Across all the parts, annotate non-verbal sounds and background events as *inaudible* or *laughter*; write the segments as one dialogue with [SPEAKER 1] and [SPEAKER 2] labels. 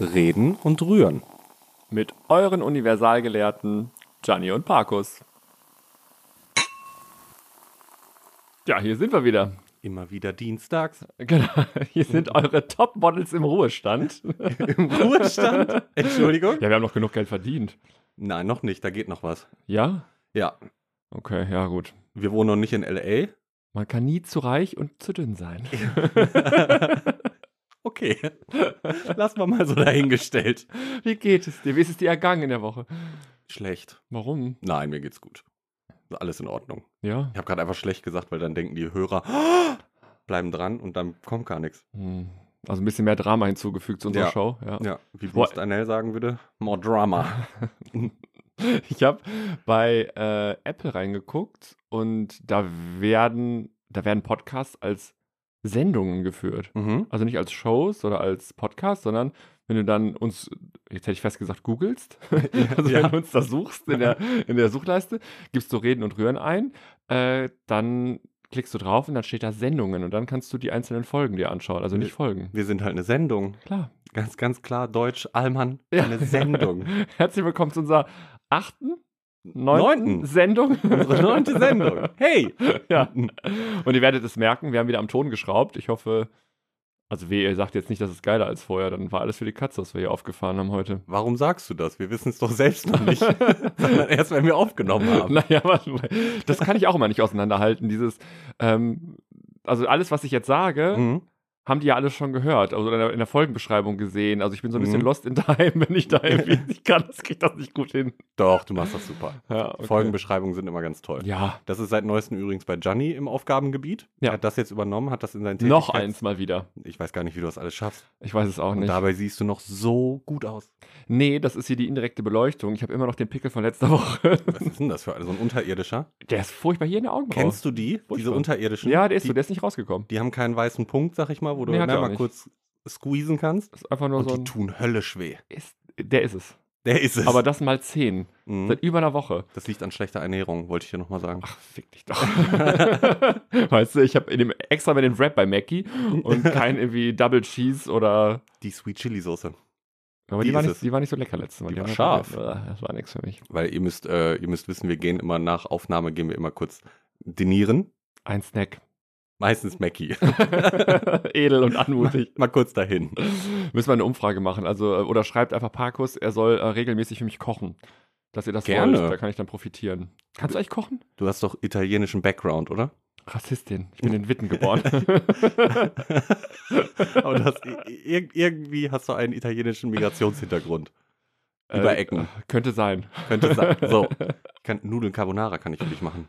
[SPEAKER 1] Reden und Rühren.
[SPEAKER 2] Mit euren Universalgelehrten Gianni und Parkus. Ja, hier sind wir wieder. *laughs*
[SPEAKER 1] Immer wieder dienstags.
[SPEAKER 2] Genau. Hier sind eure Topmodels im Ruhestand.
[SPEAKER 1] Im Ruhestand? *laughs* Entschuldigung?
[SPEAKER 2] Ja, wir haben noch genug Geld verdient.
[SPEAKER 1] Nein, noch nicht, da geht noch was.
[SPEAKER 2] Ja?
[SPEAKER 1] Ja,
[SPEAKER 2] Okay, ja, gut.
[SPEAKER 1] wir wohnen noch nicht in L.A.
[SPEAKER 2] Man kann nie zu reich und zu dünn sein.
[SPEAKER 1] *laughs* Okay, lassen wir mal so dahingestellt.
[SPEAKER 2] *laughs* Wie geht es dir? Wie ist es dir ergangen in der Woche?
[SPEAKER 1] Schlecht.
[SPEAKER 2] Warum?
[SPEAKER 1] Nein, mir geht's gut. Alles in Ordnung.
[SPEAKER 2] Ja.
[SPEAKER 1] Ich habe gerade einfach schlecht gesagt, weil dann denken die Hörer, "Oh, bleiben dran und dann kommt gar nichts.
[SPEAKER 2] Hm. Also ein bisschen mehr Drama hinzugefügt zu unserer
[SPEAKER 1] Ja.
[SPEAKER 2] Show. Ja.
[SPEAKER 1] Ja, wie
[SPEAKER 2] Boah.
[SPEAKER 1] Bruce Danell sagen würde, more
[SPEAKER 2] *laughs*
[SPEAKER 1] drama.
[SPEAKER 2] Ich habe bei äh, Apple reingeguckt und da werden, da werden Podcasts als Sendungen geführt.
[SPEAKER 1] Mhm.
[SPEAKER 2] Also nicht als Shows oder als Podcast, sondern wenn du dann uns, jetzt hätte ich fast gesagt, googelst, *laughs* also
[SPEAKER 1] ja.
[SPEAKER 2] wenn du uns da suchst in der, in der Suchleiste, gibst du Reden und Rühren ein, äh, dann klickst du drauf und dann steht da Sendungen und dann kannst du die einzelnen Folgen dir anschauen, also nicht Folgen.
[SPEAKER 1] Wir sind halt eine Sendung.
[SPEAKER 2] Klar. *laughs*
[SPEAKER 1] Ganz, ganz klar, Deutsch, Allmann,
[SPEAKER 2] Ja.
[SPEAKER 1] eine
[SPEAKER 2] *laughs*
[SPEAKER 1] Sendung.
[SPEAKER 2] Herzlich willkommen zu unserer achten, neunten,
[SPEAKER 1] Neunten.
[SPEAKER 2] Sendung.
[SPEAKER 1] Unsere neunte Sendung. Hey!
[SPEAKER 2] *laughs* ja. Und ihr werdet es merken, wir haben wieder am Ton geschraubt. Ich hoffe, also weh, ihr sagt jetzt nicht, das ist geiler als vorher, dann war alles für die Katze, was wir hier aufgefahren haben heute.
[SPEAKER 1] Warum sagst du das? Wir wissen es doch selbst noch
[SPEAKER 2] *laughs*
[SPEAKER 1] nicht. Sondern erst, wenn wir aufgenommen haben.
[SPEAKER 2] Naja, warte mal. das kann ich auch immer nicht auseinanderhalten. Dieses, ähm, also alles, was ich jetzt sage,
[SPEAKER 1] Mhm.
[SPEAKER 2] haben die ja alle schon gehört, also in der, in der Folgenbeschreibung gesehen. Also ich bin so ein bisschen
[SPEAKER 1] Mhm.
[SPEAKER 2] lost in time,
[SPEAKER 1] *laughs*
[SPEAKER 2] wenn ich da irgendwie nicht kann. Das kriegt das nicht gut hin.
[SPEAKER 1] Doch, du machst das super.
[SPEAKER 2] Ja, okay.
[SPEAKER 1] Folgenbeschreibungen sind immer ganz toll.
[SPEAKER 2] Ja,
[SPEAKER 1] Das ist seit neuestem übrigens bei Gianni im Aufgabengebiet.
[SPEAKER 2] Ja.
[SPEAKER 1] Er hat das jetzt übernommen, hat das in sein
[SPEAKER 2] noch
[SPEAKER 1] Tätigkeits-
[SPEAKER 2] eins mal wieder.
[SPEAKER 1] Ich weiß gar nicht, wie du das alles schaffst.
[SPEAKER 2] Ich weiß es auch
[SPEAKER 1] Und
[SPEAKER 2] nicht.
[SPEAKER 1] dabei siehst du noch so gut aus.
[SPEAKER 2] Nee, das ist hier die indirekte Beleuchtung. Ich habe immer noch den Pickel von letzter *laughs* Woche.
[SPEAKER 1] Was ist denn das für ein, so ein unterirdischer?
[SPEAKER 2] Der ist furchtbar hier in der Augenbraue.
[SPEAKER 1] Kennst du die? Diese
[SPEAKER 2] Oh. Furchtbar.
[SPEAKER 1] unterirdischen?
[SPEAKER 2] Ja, der ist
[SPEAKER 1] die,
[SPEAKER 2] so, der ist nicht rausgekommen.
[SPEAKER 1] die haben keinen weißen Punkt, sag ich mal, wo du
[SPEAKER 2] Nee, hat er
[SPEAKER 1] na,
[SPEAKER 2] auch
[SPEAKER 1] mal
[SPEAKER 2] nicht.
[SPEAKER 1] kurz squeezen kannst.
[SPEAKER 2] Das ist einfach nur
[SPEAKER 1] Und
[SPEAKER 2] so
[SPEAKER 1] die
[SPEAKER 2] ein,
[SPEAKER 1] tun höllisch weh.
[SPEAKER 2] ist, Der ist es.
[SPEAKER 1] Der ist es.
[SPEAKER 2] Aber das mal 10.
[SPEAKER 1] mhm.
[SPEAKER 2] Seit über einer Woche.
[SPEAKER 1] Das liegt an schlechter Ernährung, wollte ich dir nochmal sagen.
[SPEAKER 2] Ach, fick dich doch. *laughs* weißt du, ich habe in dem extra mit den Wrap bei Mackie
[SPEAKER 1] *laughs*
[SPEAKER 2] und kein irgendwie Double Cheese oder.
[SPEAKER 1] Die Sweet Chili Soße.
[SPEAKER 2] Aber
[SPEAKER 1] Die
[SPEAKER 2] die, war
[SPEAKER 1] ist
[SPEAKER 2] nicht,
[SPEAKER 1] es.
[SPEAKER 2] die war nicht so lecker letztes Mal.
[SPEAKER 1] Die war
[SPEAKER 2] haben wir
[SPEAKER 1] scharf.
[SPEAKER 2] probiert. Äh, Das war nichts für mich.
[SPEAKER 1] Weil ihr müsst, äh, ihr müsst wissen, wir gehen immer nach Aufnahme, gehen wir immer kurz dinieren.
[SPEAKER 2] Ein Snack. *laughs*
[SPEAKER 1] Meistens Mackie.
[SPEAKER 2] Edel und
[SPEAKER 1] *laughs*
[SPEAKER 2] anmutig.
[SPEAKER 1] mal kurz dahin.
[SPEAKER 2] Müssen wir eine Umfrage machen. Also, äh, oder schreibt einfach Parkus, er soll äh, regelmäßig für mich kochen. Dass ihr das
[SPEAKER 1] Gerne.
[SPEAKER 2] wollt. Da kann ich dann profitieren. Kannst du eigentlich kochen?
[SPEAKER 1] Du hast doch italienischen Background, oder?
[SPEAKER 2] Rassistin. Ich bin in
[SPEAKER 1] *laughs*
[SPEAKER 2] Witten geboren. Äh,
[SPEAKER 1] Aber du hast, i- ir irgendwie hast du einen italienischen Migrationshintergrund. Über
[SPEAKER 2] Äh,
[SPEAKER 1] Ecken.
[SPEAKER 2] Könnte sein.
[SPEAKER 1] Könnte
[SPEAKER 2] *laughs*
[SPEAKER 1] sein. So. Ich Kann, Nudeln Carbonara kann ich für dich machen.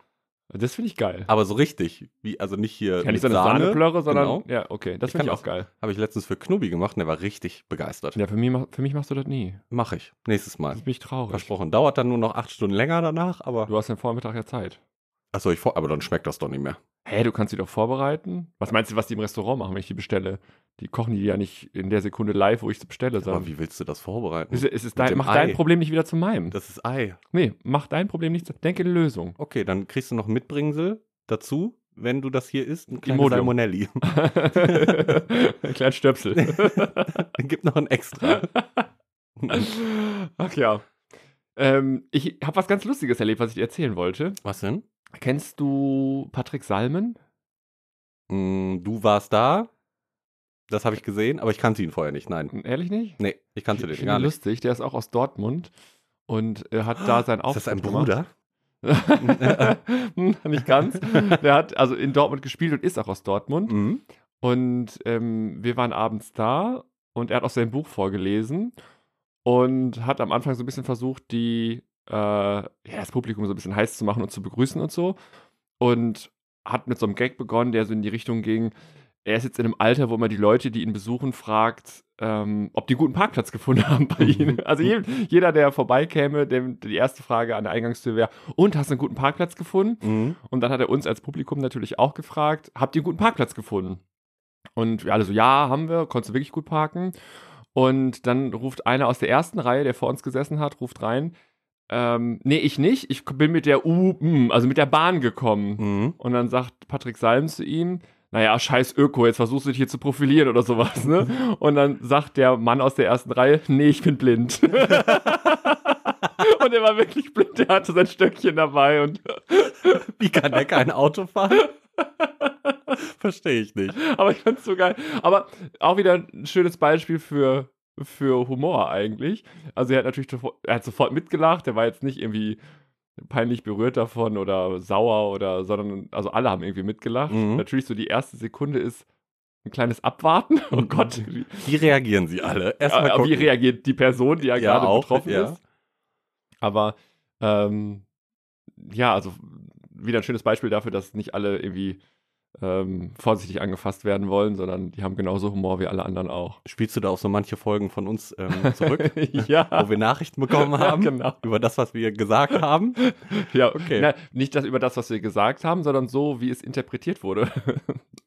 [SPEAKER 2] Das finde ich geil.
[SPEAKER 1] Aber so richtig. Wie, also nicht hier.
[SPEAKER 2] Ja,
[SPEAKER 1] Ah, mit
[SPEAKER 2] nicht so eine Sahneplörre, sondern.
[SPEAKER 1] Genau.
[SPEAKER 2] Ja, okay. Das
[SPEAKER 1] Ich
[SPEAKER 2] finde ich
[SPEAKER 1] kann
[SPEAKER 2] auch geil.
[SPEAKER 1] Habe ich letztens für Knubi gemacht und der war richtig begeistert.
[SPEAKER 2] Ja, für mich, mach- für mich machst du das nie.
[SPEAKER 1] Mach ich. Nächstes Mal.
[SPEAKER 2] Das ist mich traurig.
[SPEAKER 1] Versprochen. Dauert dann nur noch acht Stunden länger danach, aber.
[SPEAKER 2] Du hast den Vormittag ja Zeit.
[SPEAKER 1] Achso, ich vor, aber dann schmeckt das doch nicht mehr.
[SPEAKER 2] Hä, du kannst die doch vorbereiten? Was meinst du, was die im Restaurant machen, wenn ich die bestelle? Die kochen die ja nicht in der Sekunde live, wo ich sie bestelle.
[SPEAKER 1] Aber
[SPEAKER 2] Sondern
[SPEAKER 1] wie willst du das vorbereiten?
[SPEAKER 2] es ist, es
[SPEAKER 1] dem
[SPEAKER 2] dein, mach
[SPEAKER 1] Ei.
[SPEAKER 2] dein Problem nicht wieder zu meinem.
[SPEAKER 1] Das ist Ei.
[SPEAKER 2] nee, mach dein Problem nicht zu. Denke in
[SPEAKER 1] *laughs*
[SPEAKER 2] Lösung. *laughs*
[SPEAKER 1] Okay, dann kriegst du noch ein Mitbringsel dazu, wenn du das hier isst, ein kleines
[SPEAKER 2] Imodium.
[SPEAKER 1] Salmonelli. *laughs*
[SPEAKER 2] Klein Stöpsel. *laughs*
[SPEAKER 1] Gib noch ein extra.
[SPEAKER 2] Ach ja. Ähm, ich habe was ganz Lustiges erlebt, was ich dir erzählen wollte.
[SPEAKER 1] Was denn?
[SPEAKER 2] Kennst du Patrick Salmen?
[SPEAKER 1] Mm, du warst da. Das habe ich gesehen, aber ich kannte ihn vorher nicht. Nein.
[SPEAKER 2] Ehrlich nicht?
[SPEAKER 1] Nee, ich kannte
[SPEAKER 2] Ich
[SPEAKER 1] den
[SPEAKER 2] finde
[SPEAKER 1] gar
[SPEAKER 2] ihn
[SPEAKER 1] nicht. Ah,
[SPEAKER 2] lustig, der ist auch aus Dortmund und äh, hat da sein
[SPEAKER 1] Ist
[SPEAKER 2] Auftritt
[SPEAKER 1] das ein
[SPEAKER 2] gemacht.
[SPEAKER 1] Bruder?
[SPEAKER 2] *laughs* Hm, nicht ganz. Der hat also in Dortmund gespielt und ist auch aus Dortmund.
[SPEAKER 1] Mhm.
[SPEAKER 2] Und ähm, wir waren abends da und er hat auch sein Buch vorgelesen und hat am Anfang so ein bisschen versucht, die, äh, ja, das Publikum so ein bisschen heiß zu machen und zu begrüßen und so. Und hat mit so einem Gag begonnen, der so in die Richtung ging, er ist jetzt in einem Alter, wo man die Leute, die ihn besuchen, fragt, ähm, ob die einen guten Parkplatz gefunden *laughs* haben bei ihnen. Also je, jeder, der vorbeikäme, dem die erste Frage an der Eingangstür wäre, und hast du einen guten Parkplatz gefunden?
[SPEAKER 1] Mhm.
[SPEAKER 2] Und dann hat er uns als Publikum natürlich auch gefragt, habt ihr einen guten Parkplatz gefunden? Und wir alle so, ja, haben wir, konntest du wirklich gut parken. Und dann ruft einer aus der ersten Reihe, der vor uns gesessen hat, ruft rein, ähm, nee, ich nicht, ich bin mit der U, mm, also mit der Bahn gekommen.
[SPEAKER 1] Mhm.
[SPEAKER 2] Und dann sagt Patrick Salm zu ihm, naja, scheiß Öko, jetzt versuchst du dich hier zu profilieren oder sowas, ne? Und dann sagt der Mann aus der ersten Reihe, nee, ich bin blind. *laughs* und er war wirklich blind, der hatte sein Stöckchen dabei und
[SPEAKER 1] Wie kann der kein Auto
[SPEAKER 2] *laughs*
[SPEAKER 1] fahren? Verstehe ich nicht.
[SPEAKER 2] Aber ich fand's so geil. Aber auch wieder ein schönes Beispiel für, für Humor eigentlich. Also er hat natürlich sofort- er hat sofort mitgelacht, er war jetzt nicht irgendwie peinlich berührt davon oder sauer oder, sondern, also alle haben irgendwie mitgelacht.
[SPEAKER 1] Mhm.
[SPEAKER 2] Natürlich so die erste Sekunde ist ein kleines Abwarten. *laughs* Oh Gott, wie,
[SPEAKER 1] Wie reagieren sie alle? Erstmal
[SPEAKER 2] äh,
[SPEAKER 1] gucken.
[SPEAKER 2] wie reagiert die Person, die ja,
[SPEAKER 1] Ja,
[SPEAKER 2] gerade
[SPEAKER 1] auch,
[SPEAKER 2] betroffen
[SPEAKER 1] ja.
[SPEAKER 2] ist. Aber ähm, ja, also wieder ein schönes Beispiel dafür, dass nicht alle irgendwie ähm, vorsichtig angefasst werden wollen, sondern die haben genauso Humor wie alle
[SPEAKER 1] *laughs*
[SPEAKER 2] anderen auch. *laughs*
[SPEAKER 1] Spielst du da auf so manche Folgen von uns ähm, zurück,
[SPEAKER 2] ja,
[SPEAKER 1] wo
[SPEAKER 2] *laughs*
[SPEAKER 1] wir Nachrichten bekommen haben
[SPEAKER 2] genau.
[SPEAKER 1] über das, was wir gesagt haben?
[SPEAKER 2] Ja,
[SPEAKER 1] Okay.
[SPEAKER 2] Na, nicht das über das, was wir gesagt haben, sondern so, wie es interpretiert wurde.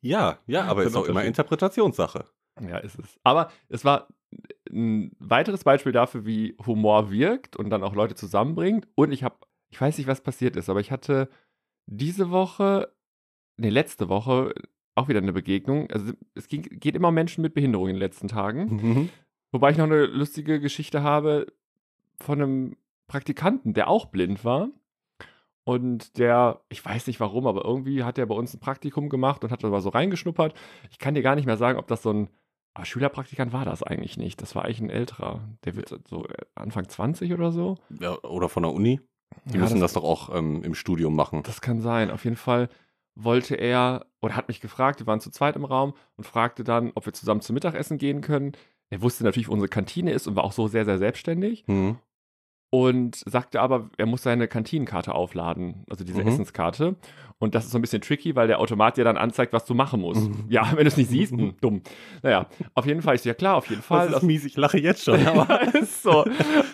[SPEAKER 1] Ja, ja, aber
[SPEAKER 2] Sind
[SPEAKER 1] ist auch immer
[SPEAKER 2] Unterschied.
[SPEAKER 1] Interpretationssache.
[SPEAKER 2] Ja, ist es. Aber es war ein weiteres Beispiel dafür, wie Humor wirkt und dann auch Leute zusammenbringt. Und ich habe, ich weiß nicht, was passiert ist, aber ich hatte diese Woche, nee, letzte Woche auch wieder eine Begegnung. Also es ging, geht immer um Menschen mit Behinderung in den letzten Tagen. Wobei ich noch eine lustige Geschichte habe von einem Praktikanten, der auch blind war. Und der, ich weiß nicht warum, aber irgendwie hat er bei uns ein Praktikum gemacht und hat da mal so reingeschnuppert. Ich kann dir gar nicht mehr sagen, ob das so ein aber Schülerpraktikant war das eigentlich nicht. Das war eigentlich ein älterer. Der wird so Anfang 20 oder so.
[SPEAKER 1] Ja, oder von der Uni. Die
[SPEAKER 2] Ja,
[SPEAKER 1] müssen
[SPEAKER 2] das-
[SPEAKER 1] das, doch auch ähm, im Studium machen.
[SPEAKER 2] Das kann sein. Auf jeden Fall wollte er oder hat mich gefragt, wir waren zu zweit im Raum und fragte dann, ob wir zusammen zum Mittagessen gehen können. Er wusste natürlich, wo unsere Kantine ist und war auch so sehr, sehr selbstständig.
[SPEAKER 1] Mhm.
[SPEAKER 2] und sagte aber, er muss seine Kantinenkarte aufladen, also diese
[SPEAKER 1] Mhm.
[SPEAKER 2] Essenskarte. Und das ist so ein bisschen tricky, weil der Automat dir dann anzeigt, was du machen musst.
[SPEAKER 1] Mhm.
[SPEAKER 2] Ja, wenn du es
[SPEAKER 1] *laughs*
[SPEAKER 2] nicht siehst,
[SPEAKER 1] Mhm.
[SPEAKER 2] mh, dumm. Naja, auf jeden Fall. Ich so, ja klar, auf jeden Fall. *laughs* Das
[SPEAKER 1] mies, ich lache jetzt schon.
[SPEAKER 2] ist so,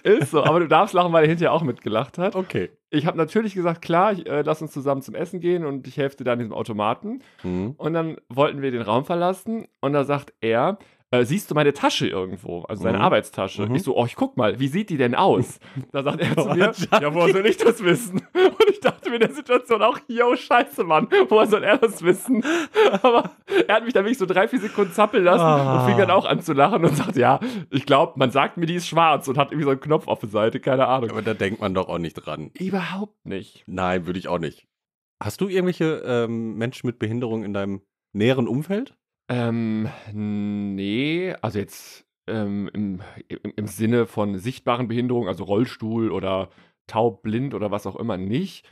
[SPEAKER 2] ist so. Aber du darfst lachen, weil er hinterher auch mitgelacht hat.
[SPEAKER 1] okay.
[SPEAKER 2] Ich habe natürlich gesagt, klar, ich, äh, lass uns zusammen zum Essen gehen und ich helfe dir dann an diesem Automaten.
[SPEAKER 1] Mhm.
[SPEAKER 2] Und dann wollten wir den Raum verlassen und da sagt er, äh, siehst du meine Tasche irgendwo? Also seine
[SPEAKER 1] Mhm.
[SPEAKER 2] Arbeitstasche.
[SPEAKER 1] Mhm.
[SPEAKER 2] Ich so, oh, ich guck mal, wie sieht die
[SPEAKER 1] *laughs*
[SPEAKER 2] denn aus? Da sagt er zu mir,
[SPEAKER 1] Jackie.
[SPEAKER 2] ja, woher soll ich das wissen? *laughs* Und ich dachte mir in der Situation auch, yo, scheiße, Mann, woher soll er das wissen? *laughs* Aber er hat mich dann wirklich so drei, vier Sekunden zappeln lassen
[SPEAKER 1] Ah.
[SPEAKER 2] und fing dann auch an zu lachen und sagt, ja, ich glaube, man sagt mir, die ist schwarz und hat irgendwie so einen Knopf auf der Seite, keine Ahnung.
[SPEAKER 1] Aber da denkt man doch auch nicht dran.
[SPEAKER 2] Überhaupt nicht.
[SPEAKER 1] Nein, würde ich auch nicht. Hast du irgendwelche ähm, Menschen mit Behinderung in deinem näheren Umfeld?
[SPEAKER 2] Ähm, nee, also jetzt ähm, im, im, im Sinne von sichtbaren Behinderungen, also Rollstuhl oder taub, blind oder was auch immer nicht.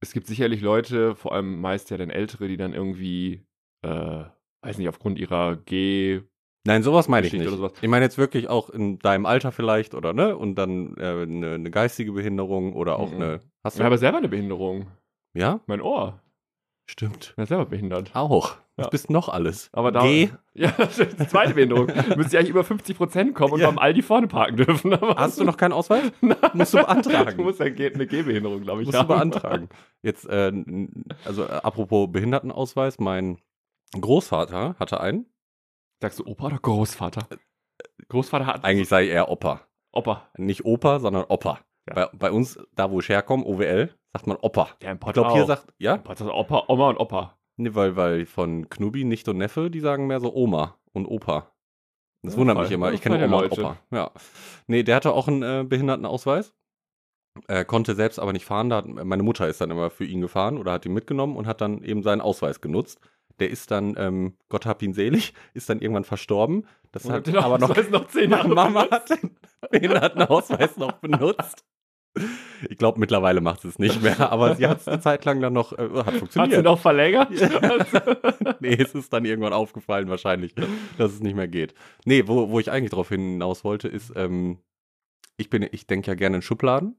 [SPEAKER 2] Es gibt sicherlich Leute, vor allem meist ja dann Ältere, die dann irgendwie, äh, weiß nicht, aufgrund ihrer G.
[SPEAKER 1] Nein, sowas meine ich
[SPEAKER 2] Geschichte
[SPEAKER 1] nicht.
[SPEAKER 2] oder sowas.
[SPEAKER 1] Ich meine jetzt wirklich auch in deinem Alter vielleicht oder ne? Und dann äh, eine, eine geistige Behinderung oder auch
[SPEAKER 2] Mhm.
[SPEAKER 1] eine. Hast
[SPEAKER 2] Ich habe selber eine Behinderung.
[SPEAKER 1] Ja,
[SPEAKER 2] Mein Ohr. Ich
[SPEAKER 1] stimmt.
[SPEAKER 2] bin ja selber behindert. *laughs*
[SPEAKER 1] Auch.
[SPEAKER 2] Ja.
[SPEAKER 1] Was bist noch alles?
[SPEAKER 2] Aber da. *laughs*
[SPEAKER 1] Geh.
[SPEAKER 2] Ja, die zweite Behinderung. Müsste ich eigentlich über 50 Prozent kommen und
[SPEAKER 1] Ja.
[SPEAKER 2] beim Aldi vorne parken dürfen. *laughs* Aber
[SPEAKER 1] Hast du noch keinen Ausweis?
[SPEAKER 2] *laughs* Nein.
[SPEAKER 1] Musst du beantragen.
[SPEAKER 2] *laughs* Du musst ja G- eine Gehbehinderung, glaube ich.
[SPEAKER 1] Musst du
[SPEAKER 2] haben.
[SPEAKER 1] beantragen. Jetzt, äh, n- also äh, apropos Behindertenausweis, mein Großvater hatte einen.
[SPEAKER 2] Sagst du Opa oder Großvater? Großvater hat
[SPEAKER 1] Äh, Eigentlich sei er Opa.
[SPEAKER 2] Opa.
[SPEAKER 1] Nicht Opa, sondern Opa.
[SPEAKER 2] Ja.
[SPEAKER 1] Bei, bei uns, da wo ich herkomme, OWL, sagt man Opa.
[SPEAKER 2] Ja, im
[SPEAKER 1] Ich
[SPEAKER 2] Pott
[SPEAKER 1] glaube, hier sagt, ja,
[SPEAKER 2] Pott sagt Opa, Oma und Opa.
[SPEAKER 1] nee, weil, weil von Knubi, Nicht und Neffe, die sagen mehr so Oma und Opa. Das
[SPEAKER 2] Ja,
[SPEAKER 1] wundert
[SPEAKER 2] voll.
[SPEAKER 1] mich immer.
[SPEAKER 2] Ja,
[SPEAKER 1] Ich kenne
[SPEAKER 2] voll der
[SPEAKER 1] Oma und
[SPEAKER 2] Leute.
[SPEAKER 1] Opa. Ja. Nee, der hatte auch einen äh, Behindertenausweis. Er konnte selbst aber nicht fahren. Da hat, meine Mutter ist dann immer für ihn gefahren oder hat ihn mitgenommen und hat dann eben seinen Ausweis genutzt. Der ist dann, ähm, Gott hab ihn selig, ist dann irgendwann verstorben. Das hat
[SPEAKER 2] den
[SPEAKER 1] aber noch
[SPEAKER 2] *laughs* Ausweis noch zehn Jahre.
[SPEAKER 1] Mama hat den Behindertenausweis noch benutzt. Ich glaube, mittlerweile macht sie es nicht mehr, aber sie hat es eine Zeit lang dann noch, äh, hat
[SPEAKER 2] Hat sie
[SPEAKER 1] funktioniert.
[SPEAKER 2] noch verlängert? *laughs*
[SPEAKER 1] nee, es ist dann irgendwann aufgefallen wahrscheinlich, dass es nicht mehr geht. Nee, wo, wo ich eigentlich drauf hinaus wollte, ist, ähm, ich bin, ich denke ja gerne in Schubladen,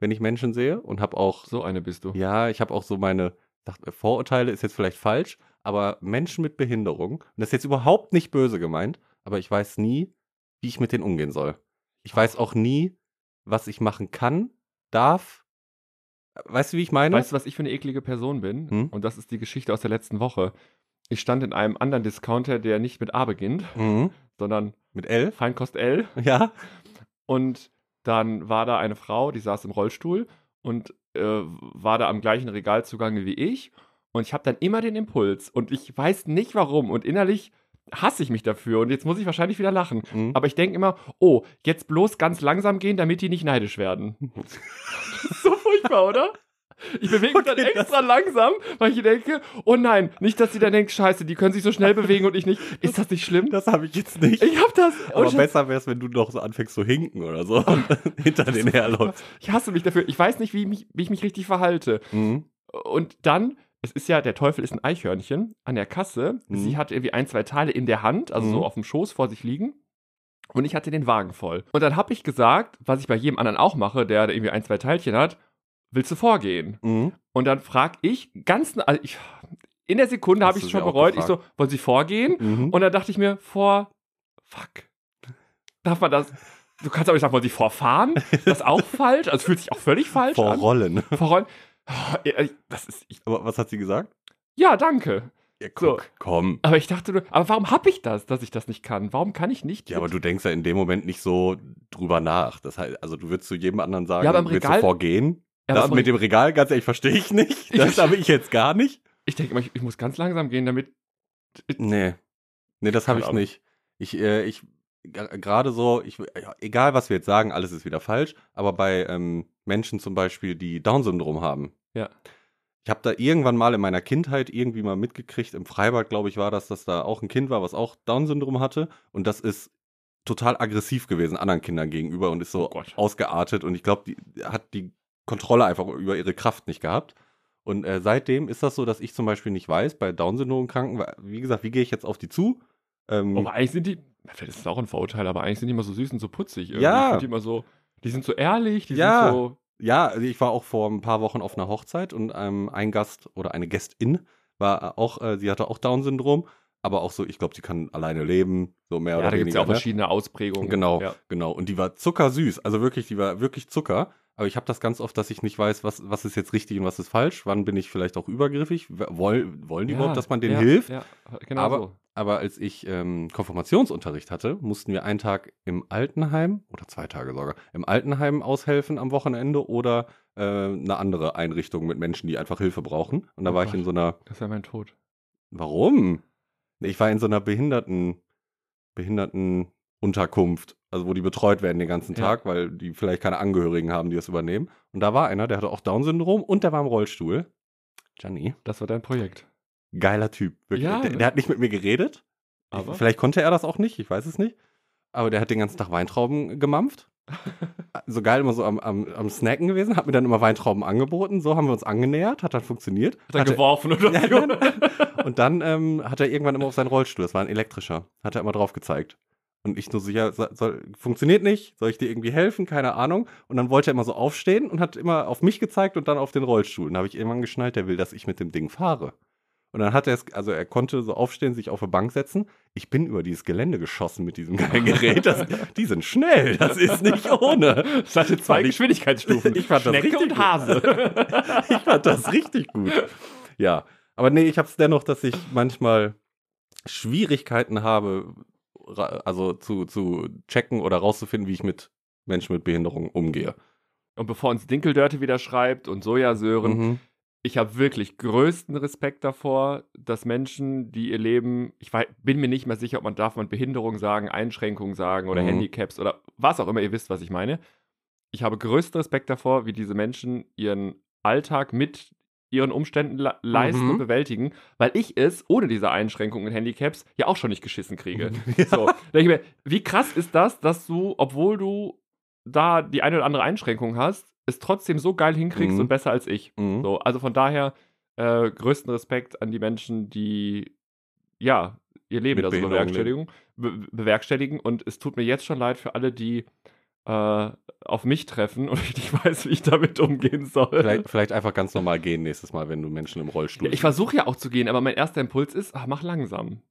[SPEAKER 1] wenn ich Menschen sehe und habe auch,
[SPEAKER 2] so eine bist du.
[SPEAKER 1] ja, ich habe auch so meine, dachte, Vorurteile ist äh, jetzt vielleicht falsch, aber Menschen mit Behinderung, und das ist jetzt überhaupt nicht böse gemeint, aber ich weiß nie, wie ich mit denen umgehen soll. Ich weiß auch nie, was ich machen kann, darf. Äh, Weißt du, wie ich meine?
[SPEAKER 2] Weißt du, was ich für eine eklige Person bin?
[SPEAKER 1] Hm?
[SPEAKER 2] Und das ist die Geschichte aus der letzten Woche. Ich stand in einem anderen Discounter, der nicht mit A beginnt,
[SPEAKER 1] mhm.
[SPEAKER 2] sondern
[SPEAKER 1] Mit elf?
[SPEAKER 2] Feinkost L.
[SPEAKER 1] *laughs* Ja.
[SPEAKER 2] Und dann war da eine Frau, die saß im Rollstuhl und äh, war da am gleichen Regalzugang wie ich. Und ich habe dann immer den Impuls und ich weiß nicht warum. Und innerlich hasse ich mich dafür. Und jetzt muss ich wahrscheinlich wieder lachen.
[SPEAKER 1] Mhm.
[SPEAKER 2] Aber ich denke immer, oh, jetzt bloß ganz langsam gehen, damit die nicht neidisch werden. *laughs* Das ist so furchtbar, oder? Ich bewege mich dann
[SPEAKER 1] Okay,
[SPEAKER 2] extra langsam, weil ich denke, oh nein, nicht, dass sie dann denkt, scheiße, die können sich
[SPEAKER 1] *laughs*
[SPEAKER 2] so schnell bewegen und ich nicht. Ist das nicht schlimm?
[SPEAKER 1] Das habe ich oh, jetzt nicht.
[SPEAKER 2] Ich hab das. ohne
[SPEAKER 1] aber
[SPEAKER 2] Scheiß.
[SPEAKER 1] besser wäre es, wenn du noch so anfängst zu hinken oder *laughs* so und dann hinter den herläufst.
[SPEAKER 2] Ich hasse mich dafür. Ich weiß nicht, wie, mich, wie ich mich richtig verhalte.
[SPEAKER 1] Mhm.
[SPEAKER 2] Und dann, es ist ja, der Teufel ist ein Eichhörnchen an der Kasse.
[SPEAKER 1] Mhm.
[SPEAKER 2] Sie hat irgendwie ein, zwei Teile in der Hand, also
[SPEAKER 1] Mhm.
[SPEAKER 2] so auf dem Schoß vor sich liegen. Und ich hatte den Wagen voll. Und dann habe ich gesagt, was ich bei jedem anderen auch mache, der irgendwie ein, zwei Teilchen hat, willst du vorgehen?
[SPEAKER 1] Mhm.
[SPEAKER 2] Und dann frag ich ganz, also ich, in der Sekunde
[SPEAKER 1] Hast
[SPEAKER 2] habe ich
[SPEAKER 1] du
[SPEAKER 2] es
[SPEAKER 1] sie
[SPEAKER 2] schon
[SPEAKER 1] auch
[SPEAKER 2] bereut. Ich so,
[SPEAKER 1] gefragt?
[SPEAKER 2] wollen Sie vorgehen?
[SPEAKER 1] Mhm.
[SPEAKER 2] Und dann dachte ich mir, vor. Fuck. Darf man das. Du kannst aber nicht sagen, wollen sie vorfahren? Das ist auch falsch. Also es fühlt sich auch völlig falsch
[SPEAKER 1] Vor
[SPEAKER 2] an.
[SPEAKER 1] Rollen.
[SPEAKER 2] Vorrollen. Ah, ehrlich, Das ist. Ich,
[SPEAKER 1] Aber was hat sie gesagt?
[SPEAKER 2] ja, danke.
[SPEAKER 1] Ja,
[SPEAKER 2] So.
[SPEAKER 1] komm.
[SPEAKER 2] Aber ich dachte nur, aber warum habe ich das, dass ich das nicht kann? Warum kann ich nicht?
[SPEAKER 1] Ja, aber du denkst ja in dem Moment nicht so drüber nach. Das heißt, also du würdest zu jedem anderen sagen,
[SPEAKER 2] Ja, aber im
[SPEAKER 1] willst
[SPEAKER 2] Regal-
[SPEAKER 1] du vorgehen?
[SPEAKER 2] Ja,
[SPEAKER 1] das
[SPEAKER 2] aber-
[SPEAKER 1] mit dem Regal, ganz ehrlich, verstehe ich nicht.
[SPEAKER 2] Ich-
[SPEAKER 1] Das habe ich jetzt gar nicht.
[SPEAKER 2] ich denke immer, ich, ich muss ganz langsam gehen, damit.
[SPEAKER 1] Nee. Nee, das habe
[SPEAKER 2] Keine
[SPEAKER 1] ich
[SPEAKER 2] Ahnung.
[SPEAKER 1] nicht. Ich, äh, ich, gra- gerade so, ich, ja, egal was wir jetzt sagen, alles ist wieder falsch. Aber bei ähm, Menschen zum Beispiel, die Down-Syndrom haben.
[SPEAKER 2] Ja.
[SPEAKER 1] Ich habe da irgendwann mal in meiner Kindheit irgendwie mal mitgekriegt, im Freibad, glaube ich, war das, dass da auch ein Kind war, was auch Down-Syndrom hatte. Und das ist total aggressiv gewesen anderen Kindern gegenüber und ist so
[SPEAKER 2] Oh Gott.
[SPEAKER 1] ausgeartet. Und ich glaube, die hat die Kontrolle einfach über ihre Kraft nicht gehabt. Und äh, seitdem ist das so, dass ich zum Beispiel nicht weiß, bei Down-Syndrom-Kranken, wa- wie gesagt, wie gehe ich jetzt auf die zu? Ähm,
[SPEAKER 2] Aber eigentlich sind die. Vielleicht ist das auch ein Vorurteil, aber eigentlich sind die immer so süß und so putzig. irgendwie.
[SPEAKER 1] Ja.
[SPEAKER 2] Ich find Die, immer so, die sind so ehrlich, die
[SPEAKER 1] Ja.
[SPEAKER 2] sind so.
[SPEAKER 1] ja, also ich war auch vor ein paar Wochen auf einer Hochzeit und ähm, ein Gast oder eine Gästin war auch, äh, sie hatte auch Down-Syndrom, aber auch so, ich glaube, sie kann alleine leben, so mehr
[SPEAKER 2] Ja,
[SPEAKER 1] oder
[SPEAKER 2] da gibt es ja
[SPEAKER 1] weniger.
[SPEAKER 2] auch
[SPEAKER 1] ne?
[SPEAKER 2] verschiedene Ausprägungen.
[SPEAKER 1] Genau,
[SPEAKER 2] Ja.
[SPEAKER 1] genau. Und die war zuckersüß, also wirklich, die war wirklich Zucker. Aber ich habe das ganz oft, dass ich nicht weiß, was, was ist jetzt richtig und was ist falsch. Wann bin ich vielleicht auch übergriffig? W- Woll, wollen die
[SPEAKER 2] Ja,
[SPEAKER 1] überhaupt, dass man denen
[SPEAKER 2] ja,
[SPEAKER 1] hilft?
[SPEAKER 2] Ja, genau
[SPEAKER 1] Aber-
[SPEAKER 2] so.
[SPEAKER 1] Aber als ich ähm, Konfirmationsunterricht hatte, mussten wir einen Tag im Altenheim oder zwei Tage sogar im Altenheim aushelfen am Wochenende oder äh, eine andere Einrichtung mit Menschen, die einfach Hilfe brauchen. Und da
[SPEAKER 2] Oh
[SPEAKER 1] war ich
[SPEAKER 2] Gott.
[SPEAKER 1] in so einer,
[SPEAKER 2] Das wäre mein Tod.
[SPEAKER 1] warum? Nee, Ich war in so einer Behinderten, Behindertenunterkunft, also wo die betreut werden den ganzen
[SPEAKER 2] Ja.
[SPEAKER 1] Tag, weil die vielleicht keine Angehörigen haben, die das übernehmen. Und da war einer, der hatte auch Down-Syndrom und der war im Rollstuhl. Gianni.
[SPEAKER 2] Das war dein Projekt.
[SPEAKER 1] Geiler Typ. Wirklich.
[SPEAKER 2] Ja,
[SPEAKER 1] der,
[SPEAKER 2] ne?
[SPEAKER 1] der hat nicht mit mir geredet.
[SPEAKER 2] Aber
[SPEAKER 1] Vielleicht konnte er das auch nicht, ich weiß es nicht. Aber der hat den ganzen Tag Weintrauben
[SPEAKER 2] *laughs*
[SPEAKER 1] gemampft. So geil immer so am, am, am Snacken gewesen, hat mir dann immer Weintrauben angeboten. So haben wir uns angenähert, hat dann funktioniert.
[SPEAKER 2] hat er
[SPEAKER 1] Hatte-
[SPEAKER 2] geworfen
[SPEAKER 1] *laughs*
[SPEAKER 2] oder
[SPEAKER 1] Ja,
[SPEAKER 2] so.
[SPEAKER 1] und dann ähm, hat er irgendwann immer auf seinen Rollstuhl, das war ein elektrischer, hat er immer drauf gezeigt. Und ich nur so, ja, so- soll, funktioniert nicht, soll ich dir irgendwie helfen, keine Ahnung. Und dann wollte er immer so aufstehen und hat immer auf mich gezeigt und dann auf den Rollstuhl. Und da habe ich irgendwann geschnallt, der will, dass ich mit dem Ding fahre. Und dann hat er es, also er konnte so aufstehen, sich auf eine Bank setzen. Ich bin über dieses Gelände geschossen mit diesem geilen Gerät. Das, die sind schnell, das ist nicht ohne.
[SPEAKER 2] Das hatte zwei
[SPEAKER 1] Fand ich-
[SPEAKER 2] Geschwindigkeitsstufen.
[SPEAKER 1] Ich fand das
[SPEAKER 2] Schnecke
[SPEAKER 1] richtig *laughs*
[SPEAKER 2] und Hase.
[SPEAKER 1] Ich fand das richtig gut. Ja, aber nee, ich habe es dennoch, dass ich manchmal Schwierigkeiten habe, ra- also zu, zu checken oder rauszufinden, wie ich mit Menschen mit Behinderung umgehe.
[SPEAKER 2] und bevor uns Dinkeldörte wieder schreibt und Sojasören,
[SPEAKER 1] Mhm. *laughs*
[SPEAKER 2] ich habe wirklich größten Respekt davor, dass Menschen, die ihr Leben, ich wei- bin mir nicht mehr sicher, ob man darf man Behinderung sagen, Einschränkungen sagen oder
[SPEAKER 1] Mhm.
[SPEAKER 2] Handicaps oder was auch immer, ihr wisst, was ich meine. Ich habe größten Respekt davor, wie diese Menschen ihren Alltag mit ihren Umständen le- leisten
[SPEAKER 1] Mhm.
[SPEAKER 2] und bewältigen, weil ich es ohne diese Einschränkungen und Handicaps ja auch schon nicht geschissen kriege. So,
[SPEAKER 1] So.
[SPEAKER 2] denke ich mir, wie krass ist das, dass du, obwohl du da die eine oder andere Einschränkung hast, es trotzdem so geil hinkriegst
[SPEAKER 1] Mhm.
[SPEAKER 2] und besser als ich.
[SPEAKER 1] *laughs* Mhm.
[SPEAKER 2] So, also von daher äh, größten Respekt an die Menschen, die ja ihr Leben
[SPEAKER 1] Mit
[SPEAKER 2] da so
[SPEAKER 1] Behinderung
[SPEAKER 2] bewerkstelligen, be bewerkstelligen. Und es tut mir jetzt schon leid für alle, die äh, auf mich treffen und *laughs* ich nicht weiß, wie ich damit umgehen soll.
[SPEAKER 1] Vielleicht, vielleicht einfach ganz normal gehen nächstes Mal, wenn du Menschen im Rollstuhl.
[SPEAKER 2] Ja, ich versuche ja auch zu gehen, aber mein erster Impuls ist, ach, mach langsam.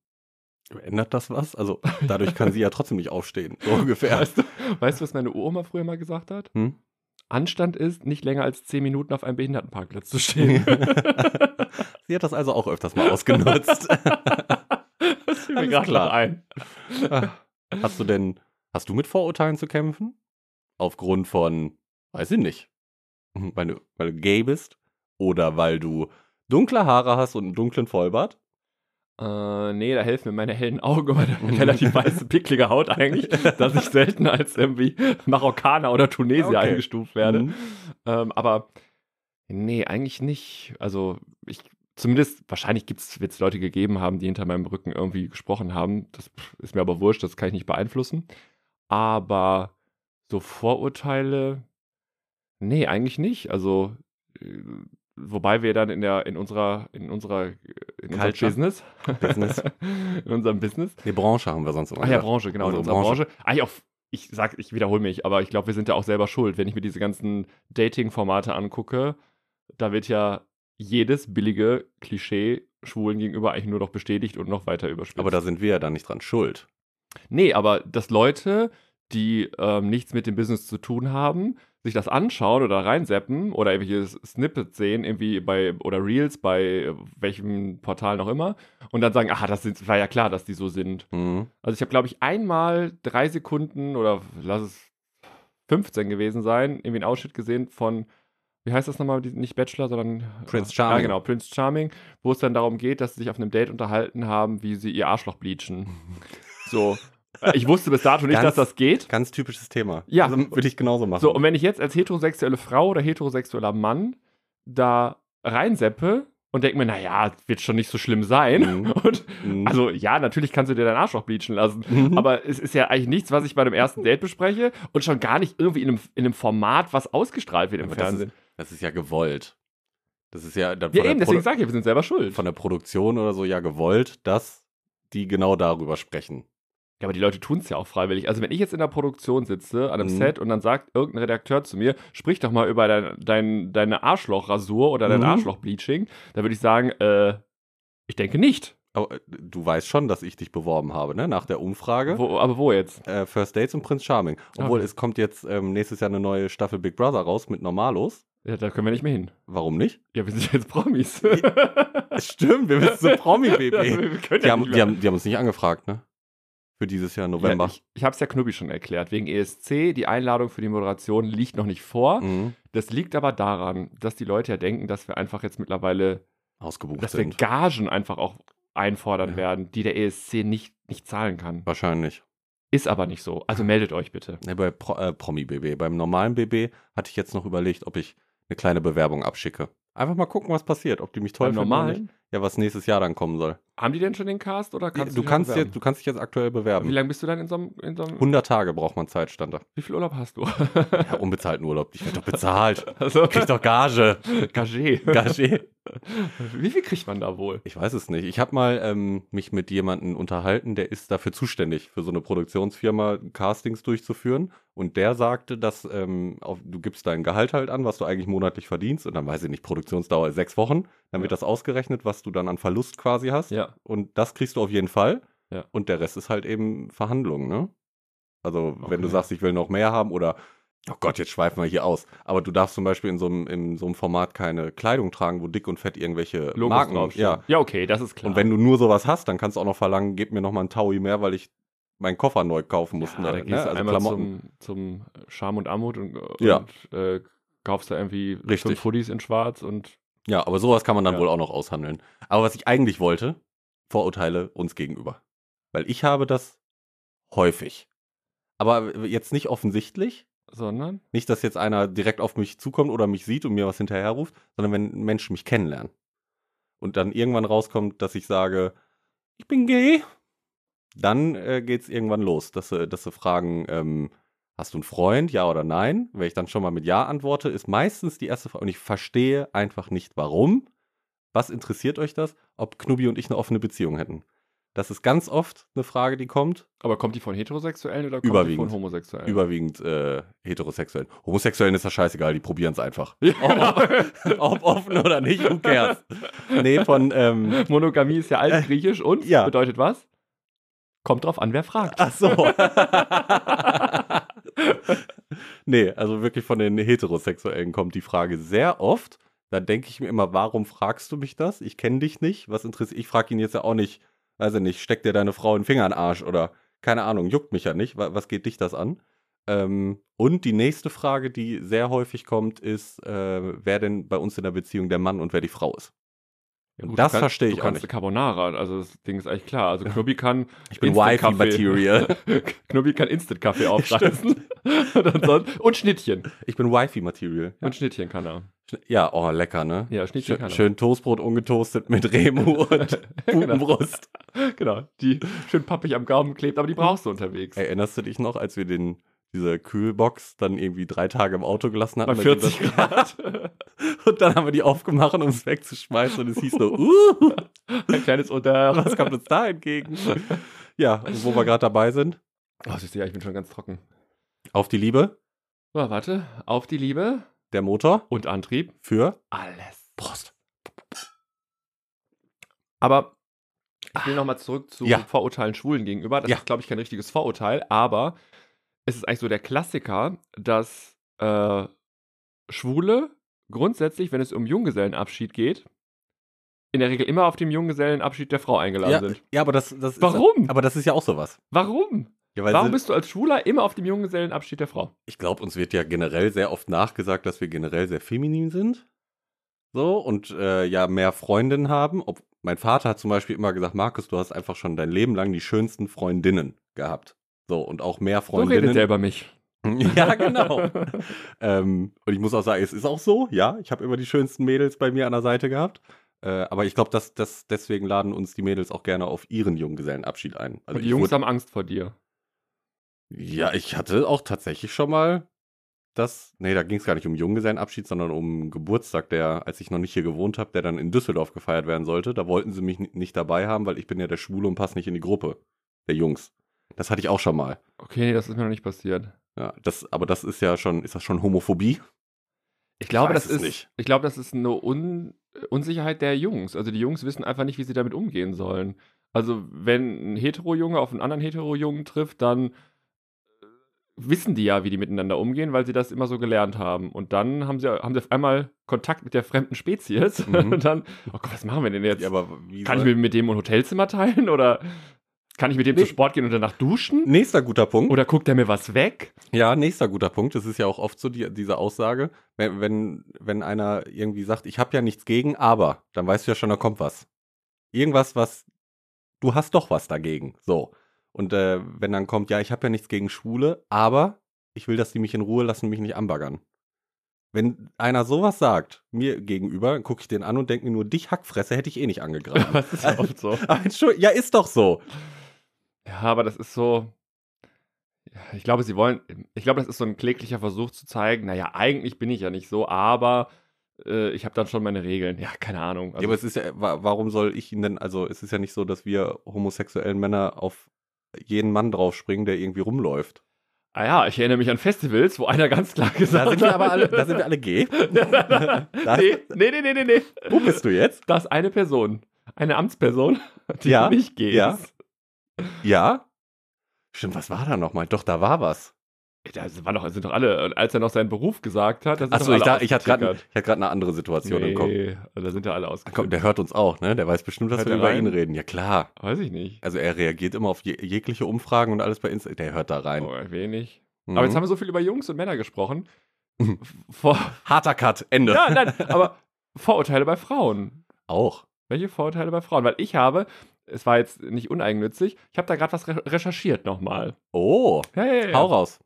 [SPEAKER 1] Ändert das was? Also dadurch kann sie ja trotzdem nicht aufstehen, so ungefähr.
[SPEAKER 2] Weißt du, weißt du, was meine Uroma früher mal gesagt hat?
[SPEAKER 1] Hm?
[SPEAKER 2] Anstand ist, nicht länger als 10 Minuten auf einem Behindertenparkplatz
[SPEAKER 1] *laughs*
[SPEAKER 2] zu stehen.
[SPEAKER 1] *laughs* Sie hat das also auch öfters mal ausgenutzt.
[SPEAKER 2] *laughs* das fiel
[SPEAKER 1] Alles
[SPEAKER 2] mir gerade
[SPEAKER 1] klar.
[SPEAKER 2] noch ein.
[SPEAKER 1] *laughs* hast du denn, hast du mit Vorurteilen zu kämpfen? Aufgrund von, weiß ich nicht, *laughs* weil du, weil du gay bist oder weil du dunkle Haare hast und einen dunklen Vollbart?
[SPEAKER 2] Äh, nee, da helfen mir meine hellen Augen und meine relativ weiße, picklige Haut eigentlich, dass ich selten als irgendwie Marokkaner oder Tunesier
[SPEAKER 1] Okay.
[SPEAKER 2] eingestuft werde.
[SPEAKER 1] Mhm.
[SPEAKER 2] Ähm, aber nee, eigentlich nicht. Also ich, zumindest wahrscheinlich wird es Leute gegeben haben, die hinter meinem Rücken irgendwie gesprochen haben. Das pff, ist mir aber wurscht, das kann ich nicht beeinflussen. Aber so Vorurteile, nee, eigentlich nicht. Also äh, wobei wir dann in der in unserer in unserer in unserem
[SPEAKER 1] Culture.
[SPEAKER 2] Business,
[SPEAKER 1] Business.
[SPEAKER 2] *laughs* in unserem Business
[SPEAKER 1] Die Branche haben wir sonst immer.
[SPEAKER 2] Ach ja,
[SPEAKER 1] gesagt.
[SPEAKER 2] Branche, genau, in
[SPEAKER 1] Unsere
[SPEAKER 2] unserer Branche. Eigentlich auch, ich sag, ich wiederhole mich, aber ich glaube, wir sind ja auch selber schuld. Wenn ich mir diese ganzen Dating-Formate angucke, da wird ja jedes billige Klischee Schwulen gegenüber eigentlich nur noch bestätigt und noch weiter überspitzt.
[SPEAKER 1] Aber da sind wir ja dann nicht dran schuld.
[SPEAKER 2] nee, aber dass Leute, die ähm, nichts mit dem Business zu tun haben, sich das anschauen oder reinseppen oder irgendwelche Snippets sehen, irgendwie bei oder Reels bei äh, welchem Portal noch immer und dann sagen, aha, das sind, war ja klar, dass die so sind.
[SPEAKER 1] Mhm.
[SPEAKER 2] Also ich habe, glaube ich, einmal drei Sekunden oder lass es 15 gewesen sein, irgendwie einen Ausschnitt gesehen von, wie heißt das nochmal, die- nicht Bachelor, sondern
[SPEAKER 1] Prince
[SPEAKER 2] äh,
[SPEAKER 1] Charming.
[SPEAKER 2] Ja, genau, Prince Charming, wo es dann darum geht, dass sie sich auf einem Date unterhalten haben, wie sie ihr Arschloch
[SPEAKER 1] *laughs*
[SPEAKER 2] bleachen. So. Äh, Ich wusste bis dato nicht,
[SPEAKER 1] Ganz-
[SPEAKER 2] dass das geht.
[SPEAKER 1] Ganz typisches Thema.
[SPEAKER 2] Ja.
[SPEAKER 1] Also, Würde ich genauso machen.
[SPEAKER 2] So, und wenn ich jetzt als heterosexuelle Frau oder heterosexueller Mann da reinseppe und denke mir, naja, wird schon nicht so schlimm sein.
[SPEAKER 1] Mhm.
[SPEAKER 2] *laughs* Und
[SPEAKER 1] Mhm.
[SPEAKER 2] also ja, natürlich kannst du dir deinen Arschloch bleachen lassen.
[SPEAKER 1] Mhm.
[SPEAKER 2] Aber es ist ja eigentlich nichts, was ich bei einem ersten Date bespreche und schon gar nicht irgendwie in einem, in einem Format, was ausgestrahlt wird im
[SPEAKER 1] Aber das
[SPEAKER 2] Fernsehen.
[SPEAKER 1] das ist ja gewollt. Das ist ja dann
[SPEAKER 2] Ja,
[SPEAKER 1] der
[SPEAKER 2] eben,
[SPEAKER 1] Produ-
[SPEAKER 2] deswegen sage ich, halt. wir sind selber schuld.
[SPEAKER 1] von der Produktion oder so ja gewollt, dass die genau darüber sprechen.
[SPEAKER 2] ja, aber die Leute tun es ja auch freiwillig. Also, wenn ich jetzt in der Produktion sitze, an einem
[SPEAKER 1] Mhm.
[SPEAKER 2] Set und dann sagt irgendein Redakteur zu mir, sprich doch mal über dein, dein, deine Arschlochrasur oder dein
[SPEAKER 1] Mhm.
[SPEAKER 2] Arschlochbleaching, dann würde ich sagen, äh, ich denke nicht.
[SPEAKER 1] Aber äh, du weißt schon, dass ich dich beworben habe, ne? Nach der Umfrage.
[SPEAKER 2] Wo, Ah. aber wo jetzt?
[SPEAKER 1] Äh, First Dates und Prince Charming. Obwohl
[SPEAKER 2] Okay.
[SPEAKER 1] es kommt jetzt ähm, nächstes Jahr eine neue Staffel Big Brother raus mit Normalos.
[SPEAKER 2] Ja, da können wir nicht mehr hin.
[SPEAKER 1] Warum nicht? *laughs*
[SPEAKER 2] Ja, wir sind jetzt Promis. *laughs*
[SPEAKER 1] Stimmt, wir müssen so Promi-BB.
[SPEAKER 2] können
[SPEAKER 1] die, haben,
[SPEAKER 2] nicht
[SPEAKER 1] die,
[SPEAKER 2] mehr.
[SPEAKER 1] haben, die haben uns nicht angefragt, ne? Für dieses Jahr November.
[SPEAKER 2] Ja, ich ich habe es ja Knubbi schon erklärt. Wegen ESC, die Einladung für die Moderation liegt noch nicht vor.
[SPEAKER 1] mhm.
[SPEAKER 2] Das liegt aber daran, dass die Leute ja denken, dass wir einfach jetzt mittlerweile,
[SPEAKER 1] Ausgebucht
[SPEAKER 2] dass wir
[SPEAKER 1] sind.
[SPEAKER 2] Gagen einfach auch einfordern
[SPEAKER 1] Ja.
[SPEAKER 2] werden, die der ESC nicht, nicht zahlen kann.
[SPEAKER 1] Wahrscheinlich.
[SPEAKER 2] Ist aber nicht so. Also meldet euch bitte.
[SPEAKER 1] Ne, bei Pro, äh, Promi-BB. Beim normalen BB hatte ich jetzt noch überlegt, ob ich eine kleine Bewerbung abschicke. Einfach mal gucken, was passiert, ob die mich toll
[SPEAKER 2] Beim
[SPEAKER 1] finden oder
[SPEAKER 2] Normalen?
[SPEAKER 1] nicht. Ja, was nächstes Jahr dann kommen soll.
[SPEAKER 2] Haben die denn schon den Cast oder kannst
[SPEAKER 1] du,
[SPEAKER 2] dich
[SPEAKER 1] kannst
[SPEAKER 2] noch
[SPEAKER 1] jetzt,
[SPEAKER 2] bewerben?
[SPEAKER 1] du kannst dich jetzt aktuell
[SPEAKER 2] Wie
[SPEAKER 1] bewerben.
[SPEAKER 2] lange bist du dann in so einem, in so einem
[SPEAKER 1] 100 Tage braucht man Zeit, stand da.
[SPEAKER 2] wie viel Urlaub hast du?
[SPEAKER 1] Ja, unbezahlten Urlaub. Ich werde doch bezahlt.
[SPEAKER 2] also,
[SPEAKER 1] Krieg doch Gage.
[SPEAKER 2] Gage.
[SPEAKER 1] *laughs* Gage.
[SPEAKER 2] *laughs* Wie viel kriegt man da wohl?
[SPEAKER 1] Ich weiß es nicht. Ich habe mal ähm, mich mit jemandem unterhalten, der ist dafür zuständig, für so eine Produktionsfirma Castings durchzuführen. Und der sagte, dass ähm, auf, du gibst dein Gehalt halt an, was du eigentlich monatlich verdienst. Und dann weiß ich nicht, Produktionsdauer ist sechs Wochen. Dann wird
[SPEAKER 2] Ja.
[SPEAKER 1] das ausgerechnet, was du dann an Verlust quasi hast.
[SPEAKER 2] Ja.
[SPEAKER 1] Und das kriegst du auf jeden Fall.
[SPEAKER 2] Ja.
[SPEAKER 1] Und der Rest ist halt eben Verhandlung, ne? Also, wenn du
[SPEAKER 2] Okay.
[SPEAKER 1] sagst, ich will noch mehr haben oder, oh Gott, jetzt schweifen wir hier aus. Aber du darfst zum Beispiel in so einem, in so einem Format keine Kleidung tragen, wo dick und fett irgendwelche
[SPEAKER 2] Logos
[SPEAKER 1] Marken
[SPEAKER 2] draufstehen.
[SPEAKER 1] Ja.
[SPEAKER 2] ja, okay, das ist klar.
[SPEAKER 1] Und wenn du nur sowas hast, dann kannst du auch noch verlangen, gib mir noch mal einen Taui mehr, weil ich meinen Koffer neu kaufen musste.
[SPEAKER 2] Ja, da
[SPEAKER 1] ne?
[SPEAKER 2] gehst du
[SPEAKER 1] Also
[SPEAKER 2] einmal
[SPEAKER 1] Klamotten.
[SPEAKER 2] zum, zum Scham und Armut und, und
[SPEAKER 1] Ja.
[SPEAKER 2] äh, kaufst da irgendwie
[SPEAKER 1] Richtig.
[SPEAKER 2] fünf Hoodies in schwarz und
[SPEAKER 1] Ja, aber sowas kann man dann
[SPEAKER 2] Ja.
[SPEAKER 1] wohl auch noch aushandeln. Aber was ich eigentlich wollte, Vorurteile uns gegenüber. Weil ich habe das häufig. Aber jetzt nicht offensichtlich,
[SPEAKER 2] sondern
[SPEAKER 1] Nicht, dass jetzt einer direkt auf mich zukommt oder mich sieht und mir was hinterherruft, sondern wenn Menschen mich kennenlernen. Und dann irgendwann rauskommt, dass ich sage, ich bin gay. Dann äh, geht es irgendwann los, dass, sie- dass sie fragen, ähm, hast du einen Freund, ja oder nein? Wenn ich dann schon mal mit Ja antworte, ist meistens die erste Frage. Und ich verstehe einfach nicht, warum. Was interessiert euch das, ob Knubi und ich eine offene Beziehung hätten? Das ist ganz oft eine Frage, die kommt.
[SPEAKER 2] Aber kommt die von Heterosexuellen oder kommt die
[SPEAKER 1] Überwiegend.
[SPEAKER 2] von Homosexuellen? *laughs*
[SPEAKER 1] Überwiegend äh, Heterosexuellen. Homosexuellen ist das scheißegal, die probieren es einfach.
[SPEAKER 2] Ja, genau.
[SPEAKER 1] *laughs* Ob offen oder nicht, who cares? Nee, von, ähm,
[SPEAKER 2] Monogamie ist ja altgriechisch und
[SPEAKER 1] ja. Ah,
[SPEAKER 2] bedeutet was? Kommt drauf an, wer fragt.
[SPEAKER 1] ach so. *laughs* nee, also wirklich von den Heterosexuellen kommt die Frage sehr oft. Da denke ich mir immer, warum fragst du mich das? Ich kenne dich nicht. Was interessiert? Ich frage ihn jetzt ja auch nicht, weiß ich nicht, steckt dir deine Frau einen Finger in den Arsch oder keine Ahnung, juckt mich ja nicht. Wa- Was geht dich das an? Ähm, und die nächste Frage, die sehr häufig kommt, ist, äh, wer denn bei uns in der Beziehung der Mann und wer die Frau ist. Und
[SPEAKER 2] Gut,
[SPEAKER 1] das
[SPEAKER 2] du kannst-
[SPEAKER 1] verstehe
[SPEAKER 2] Du
[SPEAKER 1] ich auch
[SPEAKER 2] kannst
[SPEAKER 1] nicht.
[SPEAKER 2] Carbonara, also das Ding ist eigentlich klar. Also Knubbi kann,
[SPEAKER 1] Ich bin
[SPEAKER 2] Instant-Kaffee. *laughs*
[SPEAKER 1] Wifey-Material.
[SPEAKER 2] Knubbi
[SPEAKER 1] *laughs*
[SPEAKER 2] kann Instant-Kaffee aufreißen. *laughs* und, ansonsten- und Schnittchen.
[SPEAKER 1] Ich bin Wifey-Material.
[SPEAKER 2] Und Schnittchen kann er.
[SPEAKER 1] Ja, oh, lecker, ne?
[SPEAKER 2] Ja, Schnittchen
[SPEAKER 1] Schön,
[SPEAKER 2] kann er.
[SPEAKER 1] schön Toastbrot ungetoastet mit *laughs* Remu
[SPEAKER 2] *laughs*
[SPEAKER 1] und Putenbrust.
[SPEAKER 2] Genau. Die schön pappig am Gaumen klebt, aber die brauchst du unterwegs.
[SPEAKER 1] Erinnerst du dich noch, als wir den, diese Kühlbox dann irgendwie drei Tage im Auto gelassen hatten?
[SPEAKER 2] Bei
[SPEAKER 1] *laughs*
[SPEAKER 2] 40
[SPEAKER 1] Grad.
[SPEAKER 2] Grad. *laughs*
[SPEAKER 1] Und dann haben wir die aufgemacht, um es wegzuschmeißen und es hieß
[SPEAKER 2] *laughs*
[SPEAKER 1] nur, uh,
[SPEAKER 2] Ein kleines Oder.
[SPEAKER 1] was
[SPEAKER 2] *laughs*
[SPEAKER 1] kommt uns da entgegen? Ja, und wo wir gerade dabei sind,
[SPEAKER 2] Oh, siehst du, ja, ich bin schon ganz trocken.
[SPEAKER 1] auf die Liebe,
[SPEAKER 2] So, warte. Auf die Liebe
[SPEAKER 1] der Motor
[SPEAKER 2] und Antrieb.
[SPEAKER 1] für
[SPEAKER 2] Alles.
[SPEAKER 1] Prost.
[SPEAKER 2] Aber ich will nochmal zurück zu
[SPEAKER 1] Ja.
[SPEAKER 2] Vorurteilen Schwulen gegenüber. Das
[SPEAKER 1] Ja.
[SPEAKER 2] ist, glaube ich, kein richtiges Vorurteil, aber es ist eigentlich so der Klassiker, dass äh, Schwule grundsätzlich, wenn es um Junggesellenabschied geht, in der Regel immer auf dem Junggesellenabschied der Frau eingeladen
[SPEAKER 1] Ja,
[SPEAKER 2] sind.
[SPEAKER 1] ja, aber das, das
[SPEAKER 2] Warum?
[SPEAKER 1] ist. Aber das ist ja auch sowas.
[SPEAKER 2] Warum?
[SPEAKER 1] Ja, weil
[SPEAKER 2] Warum
[SPEAKER 1] sie-
[SPEAKER 2] bist du als Schwuler immer auf dem Junggesellenabschied der Frau?
[SPEAKER 1] ich glaube, uns wird ja generell sehr oft nachgesagt, dass wir generell sehr feminin sind. So, und äh, ja, mehr Freundinnen haben. Ob, mein Vater hat zum Beispiel immer gesagt, Markus, du hast einfach schon dein Leben lang die schönsten Freundinnen gehabt. So, und auch mehr
[SPEAKER 2] So redet
[SPEAKER 1] Freundinnen.
[SPEAKER 2] der über *laughs* mich.
[SPEAKER 1] *laughs* ja,
[SPEAKER 2] *laughs*
[SPEAKER 1] genau.
[SPEAKER 2] Also
[SPEAKER 1] ähm, und ich muss auch sagen, es ist auch so, ja, ich habe immer die schönsten Mädels bei mir an der Seite gehabt. Äh, aber ich glaube, dass, dass deswegen laden uns die Mädels auch gerne auf ihren Junggesellenabschied ein. Also
[SPEAKER 2] Und die
[SPEAKER 1] ich
[SPEAKER 2] Jungs
[SPEAKER 1] wurde-
[SPEAKER 2] haben Angst vor dir.
[SPEAKER 1] ja, ich hatte auch tatsächlich schon mal das. Nee, da ging es gar nicht um Junggesellenabschied, sondern um einen Geburtstag, der, als ich noch nicht hier gewohnt habe, der dann in Düsseldorf gefeiert werden sollte. Da wollten sie mich ni- nicht dabei haben, weil ich bin ja der Schwule und passe nicht in die Gruppe der Jungs. Das hatte ich auch schon mal.
[SPEAKER 2] Okay, nee, das ist mir noch nicht passiert.
[SPEAKER 1] Ja, das, aber das ist ja schon, ist das schon Homophobie?
[SPEAKER 2] Ich glaube,
[SPEAKER 1] weiß
[SPEAKER 2] das
[SPEAKER 1] es
[SPEAKER 2] ist,
[SPEAKER 1] nicht.
[SPEAKER 2] ich glaube, das ist eine Un Unsicherheit der Jungs. Also die Jungs wissen einfach nicht, wie sie damit umgehen sollen. Also wenn ein Hetero-Junge auf einen anderen Hetero-Jungen trifft, dann äh, wissen die ja, wie die miteinander umgehen, weil sie das immer so gelernt haben. Und dann haben sie, haben sie auf einmal Kontakt mit der fremden Spezies.
[SPEAKER 1] Mhm.
[SPEAKER 2] *laughs* Und dann, oh Gott, was machen wir denn jetzt?
[SPEAKER 1] Ja, aber wie
[SPEAKER 2] kann ich
[SPEAKER 1] soll-
[SPEAKER 2] mir mit dem ein Hotelzimmer teilen? Oder kann ich mit dem
[SPEAKER 1] Nee.
[SPEAKER 2] zum Sport gehen und danach duschen?
[SPEAKER 1] Nächster guter Punkt.
[SPEAKER 2] Oder guckt er mir
[SPEAKER 1] *laughs*
[SPEAKER 2] was weg?
[SPEAKER 1] Ja, nächster guter Punkt. Es ist ja auch oft so die, diese Aussage, wenn, wenn, wenn einer irgendwie sagt, ich habe ja nichts gegen, aber, dann weißt du ja schon, da kommt was. Irgendwas, was, du hast doch was dagegen. So. Und äh, wenn dann kommt, ja, ich habe ja nichts gegen Schwule, aber ich will, dass die mich in Ruhe lassen und mich nicht anbaggern. Wenn einer sowas sagt, mir gegenüber, gucke ich den an und denke mir nur, dich Hackfresse hätte ich eh nicht
[SPEAKER 2] *laughs*
[SPEAKER 1] angegriffen.
[SPEAKER 2] Das ist ja oft so.
[SPEAKER 1] Aber Entschuldigung, ja, ist doch so.
[SPEAKER 2] Ja, aber das ist so. Ja, Ich glaube, sie wollen. Ich glaube, das ist so ein kläglicher Versuch zu zeigen, naja, eigentlich bin ich ja nicht so, aber äh, ich habe dann schon meine Regeln. Ja, keine Ahnung. Also,
[SPEAKER 1] ja, aber es ist ja, wa- warum soll ich ihn denn, also es ist ja nicht so, dass wir homosexuellen Männer auf jeden Mann draufspringen, der irgendwie
[SPEAKER 2] *laughs*
[SPEAKER 1] rumläuft.
[SPEAKER 2] ah ja, ich erinnere mich an Festivals, wo einer ganz klar
[SPEAKER 1] Da
[SPEAKER 2] gesagt hat.
[SPEAKER 1] sind wir aber alle, da sind wir alle
[SPEAKER 2] *laughs*
[SPEAKER 1] gay. Da-
[SPEAKER 2] nee, nee, nee, nee, nee, nee.
[SPEAKER 1] Wo bist du jetzt?
[SPEAKER 2] Da ist eine Person, eine Amtsperson, die
[SPEAKER 1] Ja,
[SPEAKER 2] nicht geht.
[SPEAKER 1] ja. Ja. Stimmt, was war da nochmal? Doch, da war was.
[SPEAKER 2] Das waren doch, sind doch alle, und als er noch seinen Beruf gesagt hat, das sind
[SPEAKER 1] Achso,
[SPEAKER 2] doch
[SPEAKER 1] ich,
[SPEAKER 2] alle
[SPEAKER 1] da, ich hatte gerade
[SPEAKER 2] ausgetickert.
[SPEAKER 1] hatte grad eine andere Situation im Kopf.
[SPEAKER 2] Nee, da sind ja alle
[SPEAKER 1] Ah, Komm,
[SPEAKER 2] ausgekommen.
[SPEAKER 1] der hört uns auch, ne? Der weiß bestimmt, dass
[SPEAKER 2] Hört
[SPEAKER 1] wir
[SPEAKER 2] er
[SPEAKER 1] über
[SPEAKER 2] rein?
[SPEAKER 1] ihn reden. Ja, klar.
[SPEAKER 2] Weiß ich nicht.
[SPEAKER 1] Also er reagiert immer auf je, jegliche Umfragen und alles bei Insta. Der hört da rein.
[SPEAKER 2] Oh, ein wenig.
[SPEAKER 1] Mhm.
[SPEAKER 2] Aber jetzt haben wir so viel über Jungs und Männer gesprochen.
[SPEAKER 1] Mhm. *laughs*
[SPEAKER 2] Vor
[SPEAKER 1] Harter Cut, Ende.
[SPEAKER 2] ja, nein, aber Vorurteile bei Frauen.
[SPEAKER 1] Auch.
[SPEAKER 2] Welche Vorurteile bei Frauen? Weil ich habe, es war jetzt nicht uneigennützig, ich habe da gerade was re recherchiert nochmal.
[SPEAKER 1] Oh,
[SPEAKER 2] Ja, ja, ja, ja.
[SPEAKER 1] hau raus.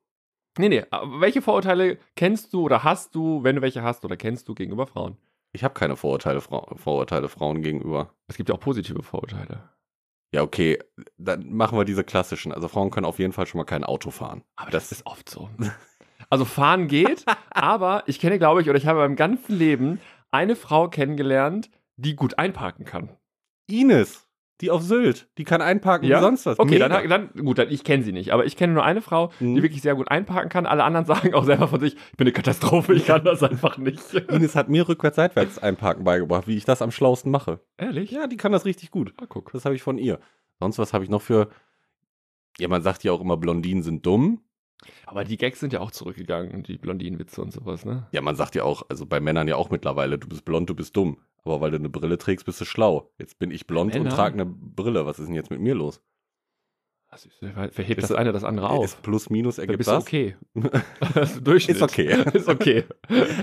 [SPEAKER 2] Nee, nee. aber Welche Vorurteile kennst du oder hast du, wenn du welche hast oder kennst du gegenüber Frauen?
[SPEAKER 1] Ich habe keine Vorurteile, Frau, Vorurteile Frauen gegenüber.
[SPEAKER 2] Es gibt ja auch positive Vorurteile.
[SPEAKER 1] Ja, okay, dann machen wir diese klassischen. Also Frauen können auf jeden Fall schon mal kein Auto fahren.
[SPEAKER 2] Aber das, ist oft so. Also fahren geht, aber ich kenne, glaube ich, oder ich habe meinem ganzen Leben eine Frau kennengelernt, die gut einparken kann.
[SPEAKER 1] Ines, Die auf Sylt. Die kann einparken
[SPEAKER 2] Ja?
[SPEAKER 1] wie sonst was.
[SPEAKER 2] Okay,
[SPEAKER 1] Mega.
[SPEAKER 2] dann, dann, gut, dann, ich kenne sie nicht, aber ich kenne nur eine Frau, die
[SPEAKER 1] Mhm.
[SPEAKER 2] wirklich sehr gut einparken kann. Alle anderen *laughs* sagen auch selber von sich, ich bin eine Katastrophe, ich kann das
[SPEAKER 1] *laughs*
[SPEAKER 2] einfach nicht.
[SPEAKER 1] Ines hat mir rückwärts-seitwärts einparken beigebracht, wie ich das am schlausten mache.
[SPEAKER 2] Ehrlich?
[SPEAKER 1] Ja, die kann das richtig gut.
[SPEAKER 2] Ah, guck.
[SPEAKER 1] Das habe ich von ihr. Sonst was habe ich noch für. Ja, man sagt ja auch immer, Blondinen sind dumm.
[SPEAKER 2] Aber die Gags sind ja auch zurückgegangen und die Blondinenwitze und sowas, ne?
[SPEAKER 1] Ja, man sagt ja auch, also bei Männern ja auch mittlerweile, du bist blond, du bist dumm. Aber weil du eine Brille trägst, bist du schlau. Jetzt bin ich blond und
[SPEAKER 2] Männer?
[SPEAKER 1] trage eine Brille. Was ist denn jetzt mit mir los?
[SPEAKER 2] Das ist- Verhebt
[SPEAKER 1] Ist
[SPEAKER 2] das
[SPEAKER 1] das-
[SPEAKER 2] eine das andere auf.
[SPEAKER 1] Ist plus, minus
[SPEAKER 2] Dann
[SPEAKER 1] ergibt
[SPEAKER 2] bist du
[SPEAKER 1] das.
[SPEAKER 2] okay.
[SPEAKER 1] *laughs*
[SPEAKER 2] Das ist *laughs* Durchschnitt.
[SPEAKER 1] Ist okay.
[SPEAKER 2] ist okay.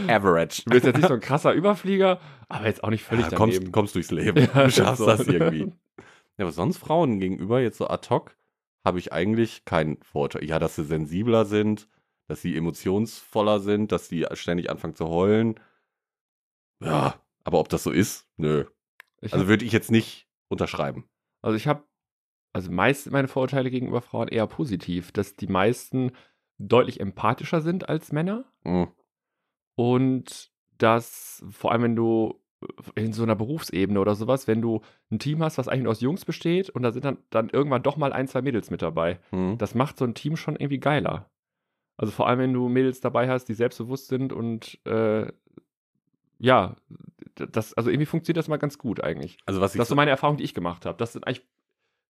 [SPEAKER 1] Average.
[SPEAKER 2] Du bist
[SPEAKER 1] *laughs*
[SPEAKER 2] jetzt nicht so ein krasser Überflieger, aber jetzt auch nicht völlig
[SPEAKER 1] ja, Ah, kommst,
[SPEAKER 2] daneben.
[SPEAKER 1] kommst durchs *laughs*
[SPEAKER 2] *laughs*
[SPEAKER 1] Leben. du schaffst
[SPEAKER 2] so.
[SPEAKER 1] das irgendwie. *laughs* Ja, aber sonst Frauen gegenüber, jetzt so ad hoc, habe ich eigentlich keinen Vorteil. Ja, dass sie sensibler sind, dass sie emotionsvoller sind, dass sie ständig anfangen zu heulen. Ja, aber ob das so ist, nö.
[SPEAKER 2] Ich
[SPEAKER 1] Also würde ich jetzt nicht unterschreiben.
[SPEAKER 2] Also ich habe, also meist sind meine Vorurteile gegenüber Frauen eher positiv, dass die meisten deutlich empathischer sind als Männer
[SPEAKER 1] Mhm.
[SPEAKER 2] und dass vor allem wenn du äh, in so einer Berufsebene oder sowas, wenn du ein Team hast, was eigentlich nur aus Jungs besteht und da sind dann, dann irgendwann doch mal ein, zwei Mädels mit dabei.
[SPEAKER 1] Mhm.
[SPEAKER 2] Das macht so ein Team schon irgendwie geiler. Also vor allem, wenn du Mädels dabei hast, die selbstbewusst sind und äh, ja, das, also irgendwie funktioniert das mal ganz gut eigentlich.
[SPEAKER 1] Also was ich
[SPEAKER 2] Das ist so meine Erfahrung, die ich gemacht habe. Das sind eigentlich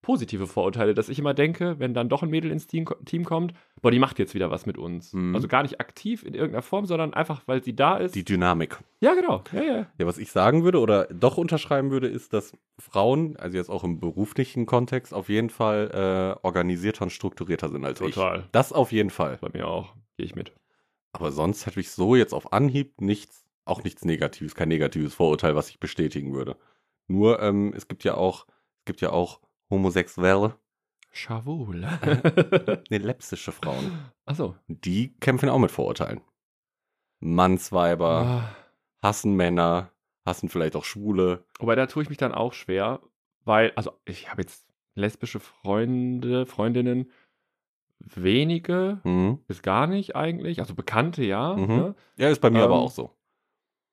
[SPEAKER 2] positive Vorurteile, dass ich immer denke, wenn dann doch ein Mädel ins Team, Team kommt, boah, die macht jetzt wieder was mit uns.
[SPEAKER 1] Mhm.
[SPEAKER 2] Also gar nicht aktiv in irgendeiner Form, sondern einfach, weil sie da ist.
[SPEAKER 1] die Dynamik.
[SPEAKER 2] ja, genau. Ja, ja.
[SPEAKER 1] Ja, was ich sagen würde oder doch unterschreiben würde, ist, dass Frauen, also jetzt auch im beruflichen Kontext, auf jeden Fall äh, organisierter und strukturierter sind als ich.
[SPEAKER 2] Total.
[SPEAKER 1] Das auf jeden Fall.
[SPEAKER 2] Bei mir auch. Gehe ich mit.
[SPEAKER 1] Aber sonst hätte ich so jetzt auf Anhieb nichts, auch nichts Negatives, kein negatives Vorurteil, was ich bestätigen würde. Nur, ähm, es gibt ja auch, es gibt ja auch homosexuelle,
[SPEAKER 2] *laughs* Schawul.
[SPEAKER 1] ne, lepsische Frauen.
[SPEAKER 2] Achso.
[SPEAKER 1] Die kämpfen auch mit Vorurteilen. Mannsweiber,
[SPEAKER 2] Ah.
[SPEAKER 1] hassen Männer, hassen vielleicht auch Schwule.
[SPEAKER 2] Wobei da tue ich mich dann auch schwer, weil, also ich habe jetzt lesbische Freunde, Freundinnen, wenige,
[SPEAKER 1] Mhm.
[SPEAKER 2] bis gar nicht eigentlich, also Bekannte ja,
[SPEAKER 1] Mhm.
[SPEAKER 2] ne?
[SPEAKER 1] Ja, ist bei mir
[SPEAKER 2] Ähm,
[SPEAKER 1] aber auch so.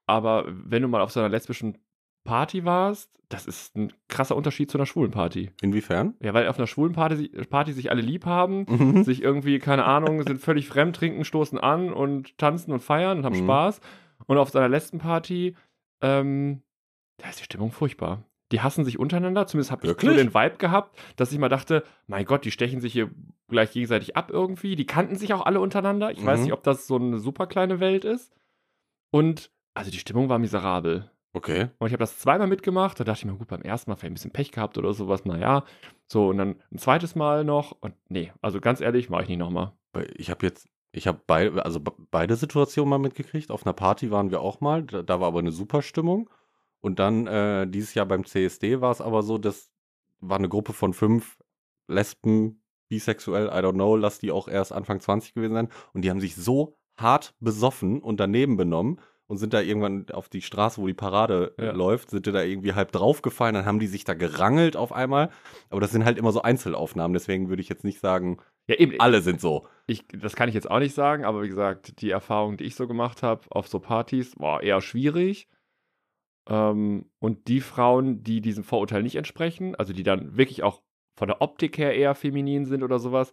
[SPEAKER 2] Aber wenn du mal auf so einer lesbischen Party warst, das ist ein krasser Unterschied zu einer schwulen Party.
[SPEAKER 1] Inwiefern?
[SPEAKER 2] Ja, weil auf einer schwulen Party, äh, Party sich alle lieb haben,
[SPEAKER 1] Mhm.
[SPEAKER 2] sich irgendwie, keine Ahnung, sind völlig fremd, trinken, stoßen an und tanzen und feiern und haben
[SPEAKER 1] Mhm.
[SPEAKER 2] Spaß. Und auf so einer letzten Party, ähm, da ist die Stimmung furchtbar. Die hassen sich untereinander, zumindest habe ich
[SPEAKER 1] Wirklich?
[SPEAKER 2] nur den Vibe gehabt, dass ich mal dachte, mein Gott, die stechen sich hier gleich gegenseitig ab irgendwie. Die kannten sich auch alle untereinander. Ich weiß
[SPEAKER 1] Mhm.
[SPEAKER 2] nicht, ob das so eine super kleine Welt ist. Und also die Stimmung war miserabel.
[SPEAKER 1] Okay.
[SPEAKER 2] Und ich habe das zweimal mitgemacht. Da dachte ich mir, gut, beim ersten Mal vielleicht ein bisschen Pech gehabt oder sowas. Naja, so und dann ein zweites Mal noch. Und nee, also ganz ehrlich, mache ich nicht nochmal.
[SPEAKER 1] Weil Ich habe jetzt, ich habe beide, also be- beide Situationen mal mitgekriegt. Auf einer Party waren wir auch mal, da, da war aber eine super Stimmung. Und dann äh, dieses Jahr beim CSD war es aber so, das war eine Gruppe von fünf Lesben, bisexuell, I don't know, lass die auch erst Anfang 20 gewesen sein. Und die haben sich so hart besoffen und daneben benommen und sind da irgendwann auf die Straße, wo die Parade äh,
[SPEAKER 2] Ja.
[SPEAKER 1] läuft, sind die da irgendwie halb draufgefallen, dann haben die sich da gerangelt auf einmal. Aber das sind halt immer so Einzelaufnahmen, deswegen würde ich jetzt nicht sagen,
[SPEAKER 2] Ja, eben,
[SPEAKER 1] alle sind so.
[SPEAKER 2] ich, das kann ich jetzt auch nicht sagen, aber wie gesagt, die Erfahrung, die ich so gemacht habe auf so Partys, war eher schwierig. Ähm, und die Frauen, die diesem Vorurteil nicht entsprechen, also die dann wirklich auch von der Optik her eher feminin sind oder sowas,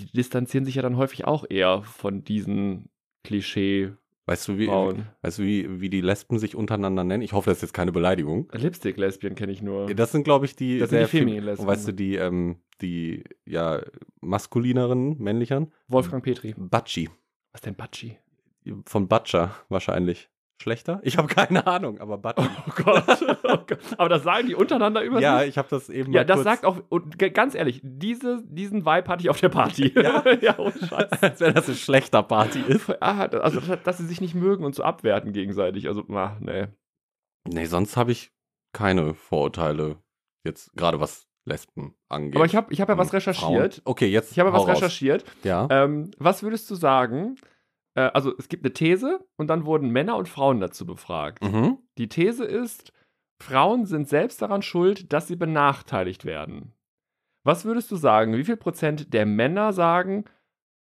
[SPEAKER 2] die distanzieren sich ja dann häufig auch eher von diesen Klischee-Frauen.
[SPEAKER 1] Weißt du, wie, Weißt du, wie, wie die Lesben sich untereinander nennen? Ich hoffe, das ist jetzt keine Beleidigung.
[SPEAKER 2] Lipstick-Lesbien kenne ich nur.
[SPEAKER 1] Das sind, glaube ich, die.
[SPEAKER 2] Das sind die ne?
[SPEAKER 1] sehr fem-
[SPEAKER 2] feminen Lesben.
[SPEAKER 1] Und weißt du, die, ähm, die, ja, maskulineren, männlicheren?
[SPEAKER 2] Wolfgang Petri.
[SPEAKER 1] Batschi.
[SPEAKER 2] Was denn Batschi?
[SPEAKER 1] Von Batscher wahrscheinlich. Schlechter? Ich habe keine Ahnung, aber Batschi.
[SPEAKER 2] *laughs* Oh Gott. oh Gott. Aber das sagen die untereinander über
[SPEAKER 1] ja,
[SPEAKER 2] sich.
[SPEAKER 1] ich habe das eben.
[SPEAKER 2] Ja,
[SPEAKER 1] mal
[SPEAKER 2] das
[SPEAKER 1] kurz-
[SPEAKER 2] sagt auch, und g- ganz ehrlich, diese, diesen Vibe hatte ich auf der Party.
[SPEAKER 1] Ja?
[SPEAKER 2] *laughs* ja
[SPEAKER 1] *laughs*
[SPEAKER 2] oh Scheiß.
[SPEAKER 1] Als wenn das eine schlechter Party ist.
[SPEAKER 2] Ah, also, dass sie sich nicht mögen und so abwerten gegenseitig. Also, na, nee.
[SPEAKER 1] Nee, sonst habe ich keine Vorurteile. Jetzt gerade was Lesben angeht.
[SPEAKER 2] Aber ich habe ich hab ja was
[SPEAKER 1] Hm,
[SPEAKER 2] recherchiert.
[SPEAKER 1] Frauen. Okay, jetzt.
[SPEAKER 2] Ich habe ja was
[SPEAKER 1] hau raus.
[SPEAKER 2] recherchiert.
[SPEAKER 1] Ja.
[SPEAKER 2] Ähm, was würdest du sagen? Äh, also, es gibt eine These und dann wurden Männer und Frauen dazu befragt.
[SPEAKER 1] Mhm.
[SPEAKER 2] Die These ist, Frauen sind selbst daran schuld, dass sie benachteiligt werden. Was würdest du sagen, wie viel Prozent der Männer sagen,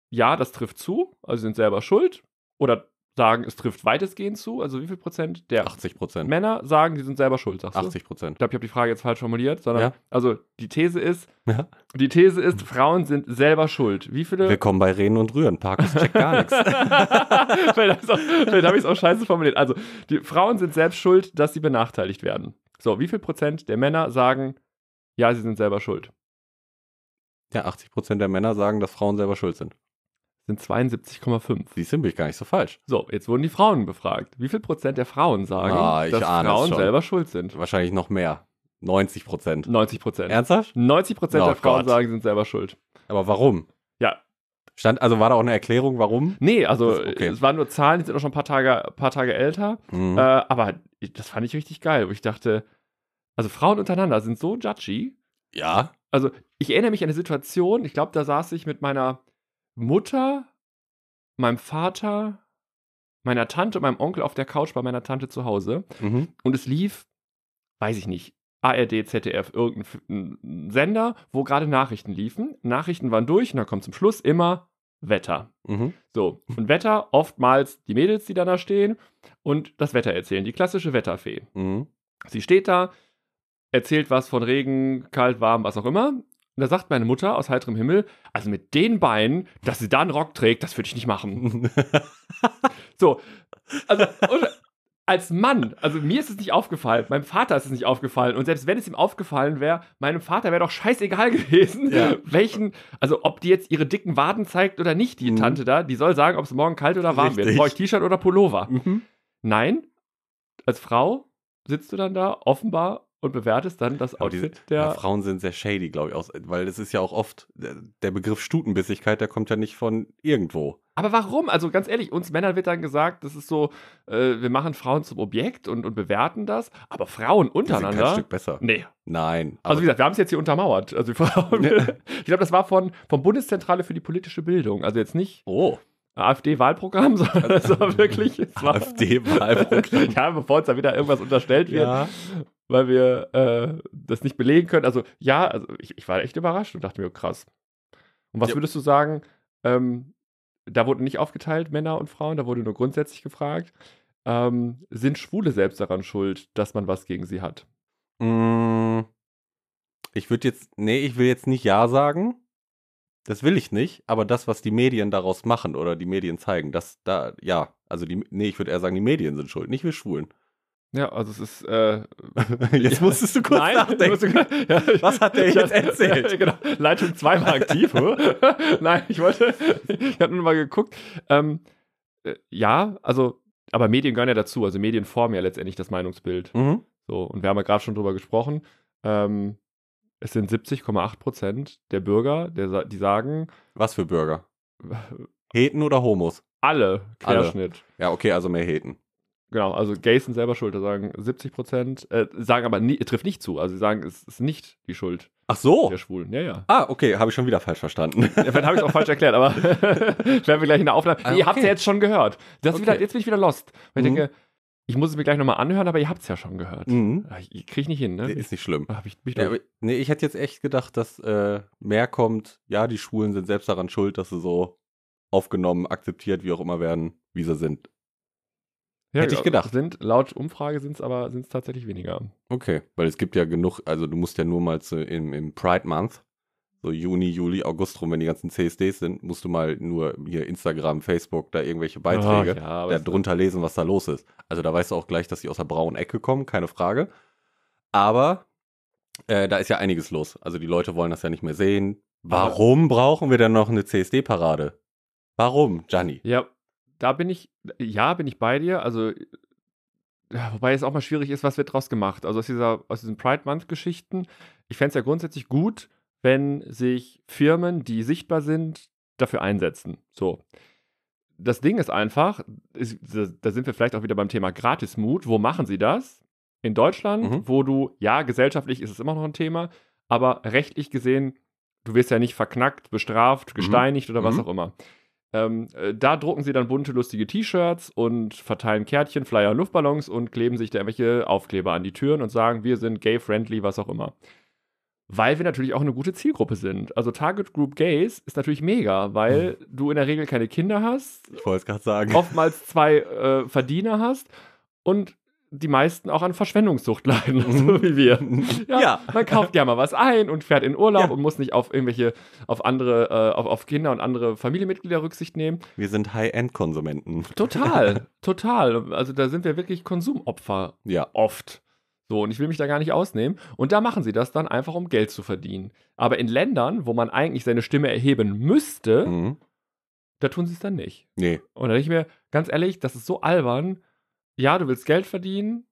[SPEAKER 2] ja, das trifft zu, also sie sind selber schuld? Oder sagen, es trifft weitestgehend zu. Also wie viel Prozent der
[SPEAKER 1] 80 Prozent.
[SPEAKER 2] Männer sagen, die sind selber schuld, sagst du?
[SPEAKER 1] 80 Prozent.
[SPEAKER 2] Ich glaube, ich habe die Frage jetzt falsch formuliert, sondern
[SPEAKER 1] Ja.
[SPEAKER 2] also die These ist,
[SPEAKER 1] Ja.
[SPEAKER 2] die These ist, Frauen sind selber schuld. Wie viele
[SPEAKER 1] Willkommen bei Reden und Rühren. Parkus checkt gar
[SPEAKER 2] *laughs*
[SPEAKER 1] nichts.
[SPEAKER 2] vielleicht habe ich es auch, vielleicht hab ich's auch scheiße formuliert. Also, die Frauen sind selbst schuld, dass sie benachteiligt werden. So, wie viel Prozent der Männer sagen, ja, sie sind selber schuld?
[SPEAKER 1] Ja, 80 Prozent der Männer sagen, dass Frauen selber schuld sind.
[SPEAKER 2] Sind 72,5.
[SPEAKER 1] Siehst du, bin ich gar nicht so falsch.
[SPEAKER 2] So, jetzt wurden die Frauen befragt. Wie viel Prozent der Frauen sagen,
[SPEAKER 1] Ah, ich
[SPEAKER 2] dass
[SPEAKER 1] ahne es
[SPEAKER 2] Frauen
[SPEAKER 1] schon.
[SPEAKER 2] selber schuld sind?
[SPEAKER 1] Wahrscheinlich noch mehr. 90 Prozent.
[SPEAKER 2] 90 Prozent.
[SPEAKER 1] Ernsthaft?
[SPEAKER 2] 90 Prozent
[SPEAKER 1] Oh
[SPEAKER 2] der Frauen
[SPEAKER 1] Gott.
[SPEAKER 2] sagen, sie sind selber schuld.
[SPEAKER 1] Aber warum?
[SPEAKER 2] Ja.
[SPEAKER 1] Stand, also war da auch eine Erklärung, warum?
[SPEAKER 2] Nee, also
[SPEAKER 1] Das- okay.
[SPEAKER 2] es waren nur Zahlen, die sind auch schon ein paar Tage, paar Tage älter.
[SPEAKER 1] Mhm.
[SPEAKER 2] Äh, aber das fand ich richtig geil, wo ich dachte, also Frauen untereinander sind so judgy.
[SPEAKER 1] ja.
[SPEAKER 2] also ich erinnere mich an eine Situation, ich glaube, da saß ich mit meiner Mutter, meinem Vater, meiner Tante und meinem Onkel auf der Couch bei meiner Tante zu Hause
[SPEAKER 1] Mhm.
[SPEAKER 2] und es lief, weiß ich nicht, ARD, ZDF, irgendein F- ein Sender, wo gerade Nachrichten liefen. Nachrichten waren durch und dann kommt zum Schluss immer Wetter.
[SPEAKER 1] Mhm.
[SPEAKER 2] So, und Wetter, oftmals die Mädels, die dann da stehen und das Wetter erzählen, die klassische Wetterfee. *laughs*
[SPEAKER 1] Mhm.
[SPEAKER 2] Sie steht da, erzählt was von Regen, kalt, warm, was auch immer. Und da sagt meine Mutter aus heiterem Himmel, also mit den Beinen, dass sie da einen Rock trägt, das würde ich nicht machen.
[SPEAKER 1] *laughs*
[SPEAKER 2] So, also und als Mann, also mir ist es nicht aufgefallen, meinem Vater ist es nicht aufgefallen. Und selbst wenn es ihm aufgefallen wäre, meinem Vater wäre doch scheißegal *laughs* gewesen,
[SPEAKER 1] Ja.
[SPEAKER 2] welchen, also ob die jetzt ihre dicken Waden zeigt oder nicht, die
[SPEAKER 1] Mhm.
[SPEAKER 2] Tante da, die soll sagen, ob es morgen kalt oder warm wird.
[SPEAKER 1] Richtig.
[SPEAKER 2] Brauche ich T-Shirt oder Pullover?
[SPEAKER 1] *laughs* Mhm.
[SPEAKER 2] Nein, als Frau sitzt du dann da offenbar und bewertest dann das
[SPEAKER 1] Aber diese,
[SPEAKER 2] Outfit der.
[SPEAKER 1] ja, Frauen sind sehr shady, glaube ich, aus, weil das ist ja auch oft der, der Begriff Stutenbissigkeit, der kommt ja nicht von irgendwo.
[SPEAKER 2] Aber warum? Also ganz ehrlich, uns Männern wird dann gesagt, das ist so, äh, wir machen Frauen zum Objekt und, und bewerten das, aber Frauen
[SPEAKER 1] Die sind kein
[SPEAKER 2] untereinander.
[SPEAKER 1] Stück besser.
[SPEAKER 2] Nee.
[SPEAKER 1] Nein.
[SPEAKER 2] Also
[SPEAKER 1] aber-
[SPEAKER 2] wie gesagt, wir haben es jetzt hier untermauert. Also die Frauen,
[SPEAKER 1] Ja.
[SPEAKER 2] *laughs* ich glaube, das war von, von Bundeszentrale für die politische Bildung. Also jetzt nicht *laughs*
[SPEAKER 1] oh,
[SPEAKER 2] AfD-Wahlprogramm, sondern
[SPEAKER 1] Also
[SPEAKER 2] es war wirklich. Es war,
[SPEAKER 1] AfD-Wahlprogramm.
[SPEAKER 2] *laughs* ja, bevor uns da wieder irgendwas unterstellt wird.
[SPEAKER 1] ja.
[SPEAKER 2] weil wir äh, das nicht belegen können. Also ja, also ich, ich war echt überrascht und dachte mir, krass. Und was
[SPEAKER 1] Ja.
[SPEAKER 2] würdest du sagen, ähm, da wurde nicht aufgeteilt, Männer und Frauen, da wurde nur grundsätzlich gefragt, ähm, sind Schwule selbst daran schuld, dass man was gegen sie hat?
[SPEAKER 1] Mm, Ich würde jetzt, nee, ich will jetzt nicht Ja sagen. Das will ich nicht, aber das, was die Medien daraus machen oder die Medien zeigen, das da, ja, also die, nee, ich würde eher sagen, die Medien sind schuld, nicht wir Schwulen. *laughs*
[SPEAKER 2] Ja, also es ist... Äh,
[SPEAKER 1] Jetzt musstest du kurz nachdenken.
[SPEAKER 2] musst du-
[SPEAKER 1] *laughs*
[SPEAKER 2] ja, ich-
[SPEAKER 1] Was hat der
[SPEAKER 2] ich-
[SPEAKER 1] jetzt erzählt?
[SPEAKER 2] Ja, *laughs* genau. Leitung zweimal aktiv. huh? *laughs* Nein, ich wollte, ich habe nur mal geguckt. Ähm, äh, ja, also, aber Medien gehören ja dazu. Also Medien formen ja letztendlich das Meinungsbild.
[SPEAKER 1] Mhm.
[SPEAKER 2] So, und wir haben ja gerade schon drüber gesprochen. Ähm, es sind 70,8 Prozent der Bürger, der, sa- die sagen, *laughs*
[SPEAKER 1] Was für Bürger? Heten oder Homos?
[SPEAKER 2] alle
[SPEAKER 1] Alle.
[SPEAKER 2] Querschnitt.
[SPEAKER 1] Ja, okay, also mehr Heten.
[SPEAKER 2] Genau, also Gays sind selber schuld, da sagen 70 Prozent, äh, sagen aber, nie, trifft nicht zu. Also sie sagen, es ist nicht die Schuld
[SPEAKER 1] Ach so.
[SPEAKER 2] der Schwulen. Ja, ja.
[SPEAKER 1] Ah, okay, habe ich schon wieder falsch verstanden. *laughs*
[SPEAKER 2] Ja, Vielleicht habe ich es auch falsch erklärt, aber *laughs* werden wir gleich in der Aufnahme.
[SPEAKER 1] Ah,
[SPEAKER 2] Ihr habt es
[SPEAKER 1] okay.
[SPEAKER 2] ja jetzt schon gehört. Das ist
[SPEAKER 1] Okay.
[SPEAKER 2] wieder, jetzt bin ich wieder lost. Weil ich
[SPEAKER 1] Mhm.
[SPEAKER 2] denke, ich muss es mir gleich nochmal anhören, aber ihr habt es ja schon gehört.
[SPEAKER 1] mhm.
[SPEAKER 2] Ah, Ich kriege nicht hin, ne?
[SPEAKER 1] Ist nicht schlimm.
[SPEAKER 2] Ah, hab ich, bin ich
[SPEAKER 1] Ja,
[SPEAKER 2] durch.
[SPEAKER 1] aber, nee, ich hätte jetzt echt gedacht, dass äh, mehr kommt, ja, die Schwulen sind selbst daran schuld, dass sie so aufgenommen, akzeptiert, wie auch immer werden, wie sie sind.
[SPEAKER 2] ja,
[SPEAKER 1] hätte ich gedacht.
[SPEAKER 2] Sind, laut Umfrage sind es aber sind's tatsächlich weniger.
[SPEAKER 1] Okay. Weil es gibt ja genug, also du musst ja nur mal zu, im, im Pride Month, so Juni, Juli, August rum, wenn die ganzen CSDs sind, musst du mal nur hier Instagram, Facebook, da irgendwelche Beiträge.
[SPEAKER 2] Ach, ja, aber
[SPEAKER 1] da
[SPEAKER 2] es-
[SPEAKER 1] drunter lesen, was da los ist. Also da weißt du auch gleich, dass die aus der braunen Ecke kommen, keine Frage. Aber äh, da ist ja einiges los. Also die Leute wollen das ja nicht mehr sehen. Warum brauchen wir denn noch eine CSD-Parade? Warum, Gianni?
[SPEAKER 2] Ja, da bin ich, ja, bin ich bei dir. Also, ja, wobei es auch mal schwierig ist, was wird draus gemacht. Also aus, dieser, aus diesen Pride Month-Geschichten, ich fände es ja grundsätzlich gut, wenn sich Firmen, die sichtbar sind, dafür einsetzen. So. Das Ding ist einfach, ist, da da sind wir vielleicht auch wieder beim Thema Gratismut. Wo machen sie das? In Deutschland,
[SPEAKER 1] Mhm.
[SPEAKER 2] wo du, ja, gesellschaftlich ist es immer noch ein Thema, aber rechtlich gesehen, du wirst ja nicht verknackt, bestraft, gesteinigt oder was
[SPEAKER 1] Mhm.
[SPEAKER 2] auch immer. Ähm, äh, da drucken sie dann bunte, lustige T-Shirts und verteilen Kärtchen, Flyer und Luftballons und kleben sich da irgendwelche Aufkleber an die Türen und sagen, wir sind gay-friendly, was auch immer. weil wir natürlich auch eine gute Zielgruppe sind. Also Target Group Gays ist natürlich mega, weil du in der Regel keine Kinder hast,
[SPEAKER 1] Ich wollte es gerade sagen.
[SPEAKER 2] oftmals zwei äh, Verdiener hast und die meisten auch an Verschwendungssucht *laughs* leiden, so wie wir. Ja,
[SPEAKER 1] Ja.
[SPEAKER 2] Man kauft gerne mal was ein und fährt in Urlaub
[SPEAKER 1] Ja.
[SPEAKER 2] und muss nicht auf irgendwelche, auf andere, äh, auf, auf Kinder und andere Familienmitglieder Rücksicht nehmen.
[SPEAKER 1] Wir sind High-End-Konsumenten. *laughs*
[SPEAKER 2] Total, total. Also da sind wir wirklich Konsumopfer
[SPEAKER 1] Ja.
[SPEAKER 2] oft. So, und ich will mich da gar nicht ausnehmen. Und da machen sie das dann einfach, um Geld zu verdienen. Aber in Ländern, wo man eigentlich seine Stimme erheben müsste,
[SPEAKER 1] Mhm.
[SPEAKER 2] da tun sie es dann nicht.
[SPEAKER 1] Nee.
[SPEAKER 2] Und da denke ich mir, ganz ehrlich, das ist so albern. Ja, du willst Geld verdienen.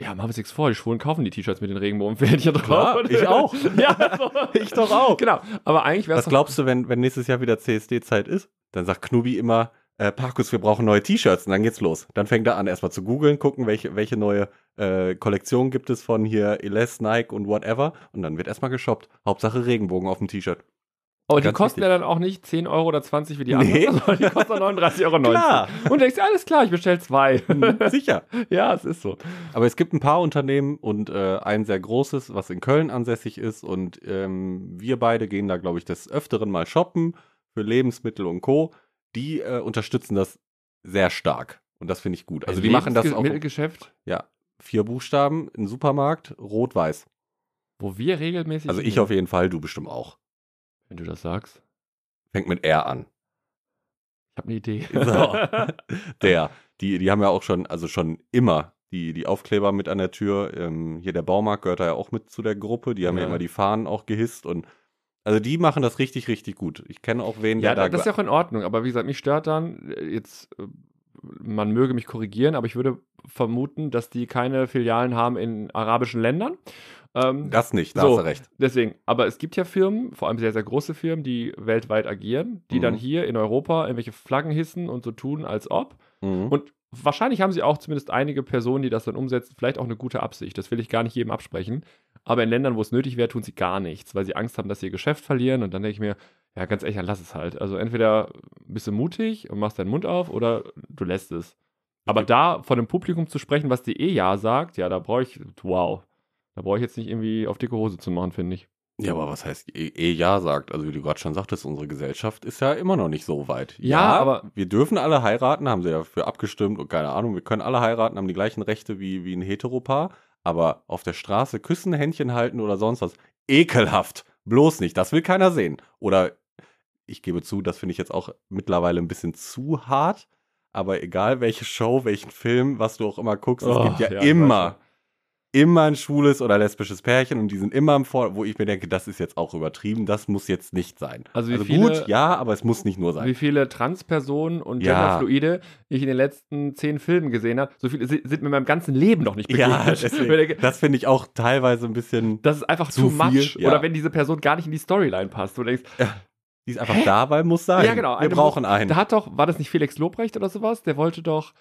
[SPEAKER 2] Ja, machen wir uns nichts vor. Die Schwulen kaufen die T-Shirts mit den Regenbogenfähnchen drauf.
[SPEAKER 1] Klar, ich auch.
[SPEAKER 2] *laughs* ja,
[SPEAKER 1] *laughs*
[SPEAKER 2] so.
[SPEAKER 1] Ich doch auch.
[SPEAKER 2] Genau. Aber eigentlich wäre es
[SPEAKER 1] Was glaubst du, wenn, wenn nächstes Jahr wieder CSD-Zeit ist? Dann sagt Knubi immer, äh, Parkus, wir brauchen neue T-Shirts und dann geht's los. Dann fängt er an, erstmal zu googeln, gucken, welche, welche neue äh, Kollektion gibt es von hier Elas, Nike und whatever. Und dann wird erstmal geshoppt. Hauptsache Regenbogen auf dem T-Shirt.
[SPEAKER 2] Aber die
[SPEAKER 1] Ganz
[SPEAKER 2] kosten
[SPEAKER 1] wichtig.
[SPEAKER 2] ja dann auch nicht 10 Euro oder 20 wie die
[SPEAKER 1] Nee.
[SPEAKER 2] anderen, *laughs* sondern die kosten dann 39,90 Euro.
[SPEAKER 1] Klar. Mhm.
[SPEAKER 2] Und denkst, alles klar, ich bestell zwei.
[SPEAKER 1] *laughs* Sicher.
[SPEAKER 2] *laughs* ja, es ist so.
[SPEAKER 1] Aber es gibt ein paar Unternehmen und äh, ein sehr großes, was in Köln ansässig ist. Und ähm, wir beide gehen da, glaube ich, des Öfteren mal shoppen für Lebensmittel und Co. Die äh, unterstützen das sehr stark. Und das finde ich gut. Also die machen das auch.
[SPEAKER 2] Mittelgeschäft,
[SPEAKER 1] Vier Buchstaben, ein Supermarkt, rot-weiß.
[SPEAKER 2] wo wir regelmäßig.
[SPEAKER 1] Also ich
[SPEAKER 2] hingehen.
[SPEAKER 1] auf jeden Fall, du bestimmt auch.
[SPEAKER 2] Wenn du das sagst.
[SPEAKER 1] Fängt mit R an.
[SPEAKER 2] Ich habe eine Idee. *laughs*
[SPEAKER 1] *laughs* So. Der. Die, die haben ja auch schon, also schon immer die, die Aufkleber mit an der Tür. Ähm, hier der Baumarkt gehört da ja auch mit zu der Gruppe. Die haben ja,
[SPEAKER 2] Ja.
[SPEAKER 1] immer die Fahnen auch gehisst und also die machen das richtig, richtig gut. Ich kenne auch wen,
[SPEAKER 2] Ja,
[SPEAKER 1] der da
[SPEAKER 2] das ist ja auch in Ordnung, aber wie gesagt, mich stört dann, äh, jetzt, äh, man möge mich korrigieren, aber ich würde vermuten, dass die keine Filialen haben in arabischen Ländern. Ähm,
[SPEAKER 1] das nicht, da
[SPEAKER 2] So.
[SPEAKER 1] hast du recht.
[SPEAKER 2] deswegen, aber es gibt ja Firmen, vor allem sehr, sehr große Firmen, die weltweit agieren, die
[SPEAKER 1] Mhm.
[SPEAKER 2] dann hier in Europa irgendwelche Flaggen hissen und so tun, als ob.
[SPEAKER 1] Mhm.
[SPEAKER 2] Und wahrscheinlich haben sie auch zumindest einige Personen, die das dann umsetzen, vielleicht auch eine gute Absicht. Das will ich gar nicht jedem absprechen. Aber in Ländern, wo es nötig wäre, tun sie gar nichts, weil sie Angst haben, dass sie ihr Geschäft verlieren. Und dann denke ich mir, ja, ganz ehrlich, dann lass es halt. Also entweder bist du mutig und machst deinen Mund auf oder du lässt es. Aber da von dem Publikum zu sprechen, was dir eh ja sagt, ja, da brauche ich, wow. Da brauche ich jetzt nicht irgendwie auf dicke Hose zu machen, finde ich.
[SPEAKER 1] ja, aber was heißt eh, eh ja sagt? Also wie du gerade schon sagtest, unsere Gesellschaft ist ja immer noch nicht so weit.
[SPEAKER 2] Ja, aber-
[SPEAKER 1] wir dürfen alle heiraten, haben sie dafür abgestimmt und keine Ahnung, wir können alle heiraten, haben die gleichen Rechte wie, wie ein Heteropaar, aber auf der Straße küssen, Händchen halten oder sonst was, ekelhaft, bloß nicht, das will keiner sehen. Oder ich gebe zu, das finde ich jetzt auch mittlerweile ein bisschen zu hart, aber egal welche Show, welchen Film, was du auch immer guckst,
[SPEAKER 2] Oh,
[SPEAKER 1] es gibt ja,
[SPEAKER 2] ja, ich weiß
[SPEAKER 1] immer, immer ein schwules oder lesbisches Pärchen und die sind immer im Vor, wo ich mir denke, das ist jetzt auch übertrieben, das muss jetzt nicht sein.
[SPEAKER 2] Also wie
[SPEAKER 1] also
[SPEAKER 2] viele-
[SPEAKER 1] gut, ja, aber es muss nicht nur sein.
[SPEAKER 2] Wie viele Transpersonen und
[SPEAKER 1] Ja.
[SPEAKER 2] Genderfluide ich in den letzten zehn Filmen gesehen habe, so viele si- sind mir in meinem ganzen Leben noch nicht begegnet.
[SPEAKER 1] Ja,
[SPEAKER 2] Wo ich
[SPEAKER 1] *laughs* deswegen,
[SPEAKER 2] denke,
[SPEAKER 1] das finde ich auch teilweise ein bisschen.
[SPEAKER 2] das ist einfach
[SPEAKER 1] Zu
[SPEAKER 2] too much.
[SPEAKER 1] viel, ja.
[SPEAKER 2] Oder wenn diese Person gar nicht in die Storyline passt. Wo du denkst,
[SPEAKER 1] Die ist einfach da, weil muss sein.
[SPEAKER 2] Ja, genau,
[SPEAKER 1] Wir
[SPEAKER 2] eine
[SPEAKER 1] brauchen einen.
[SPEAKER 2] da hat doch, war das nicht Felix Lobrecht oder sowas? Der wollte doch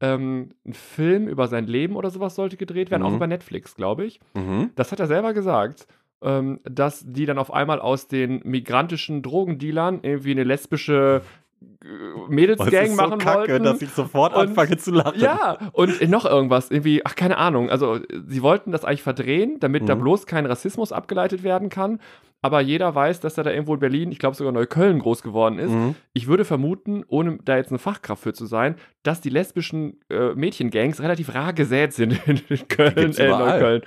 [SPEAKER 2] ähm, einen Film über sein Leben oder sowas sollte gedreht werden, auch
[SPEAKER 1] Mhm.
[SPEAKER 2] über Netflix, glaube ich.
[SPEAKER 1] Mhm.
[SPEAKER 2] Das hat er selber gesagt, ähm, dass die dann auf einmal aus den migrantischen Drogendealern irgendwie eine lesbische äh,
[SPEAKER 1] Boah, Oh, es
[SPEAKER 2] Mädelsgang
[SPEAKER 1] ist so
[SPEAKER 2] machen
[SPEAKER 1] kacke,
[SPEAKER 2] wollten.
[SPEAKER 1] dass ich sofort
[SPEAKER 2] Und-
[SPEAKER 1] anfange zu lachen.
[SPEAKER 2] Ja, und noch irgendwas, irgendwie, ach, keine Ahnung. Also, sie wollten das eigentlich verdrehen, damit da
[SPEAKER 1] Mhm.
[SPEAKER 2] bloß kein Rassismus abgeleitet werden kann. Aber jeder weiß, dass er da irgendwo in Berlin, ich glaube sogar Neukölln groß geworden ist.
[SPEAKER 1] Mhm.
[SPEAKER 2] Ich würde vermuten, ohne da jetzt eine Fachkraft für zu sein, dass die lesbischen äh, Mädchengangs relativ rar gesät sind *laughs* in Köln,
[SPEAKER 1] gibt's
[SPEAKER 2] äh,
[SPEAKER 1] überall.
[SPEAKER 2] Neukölln.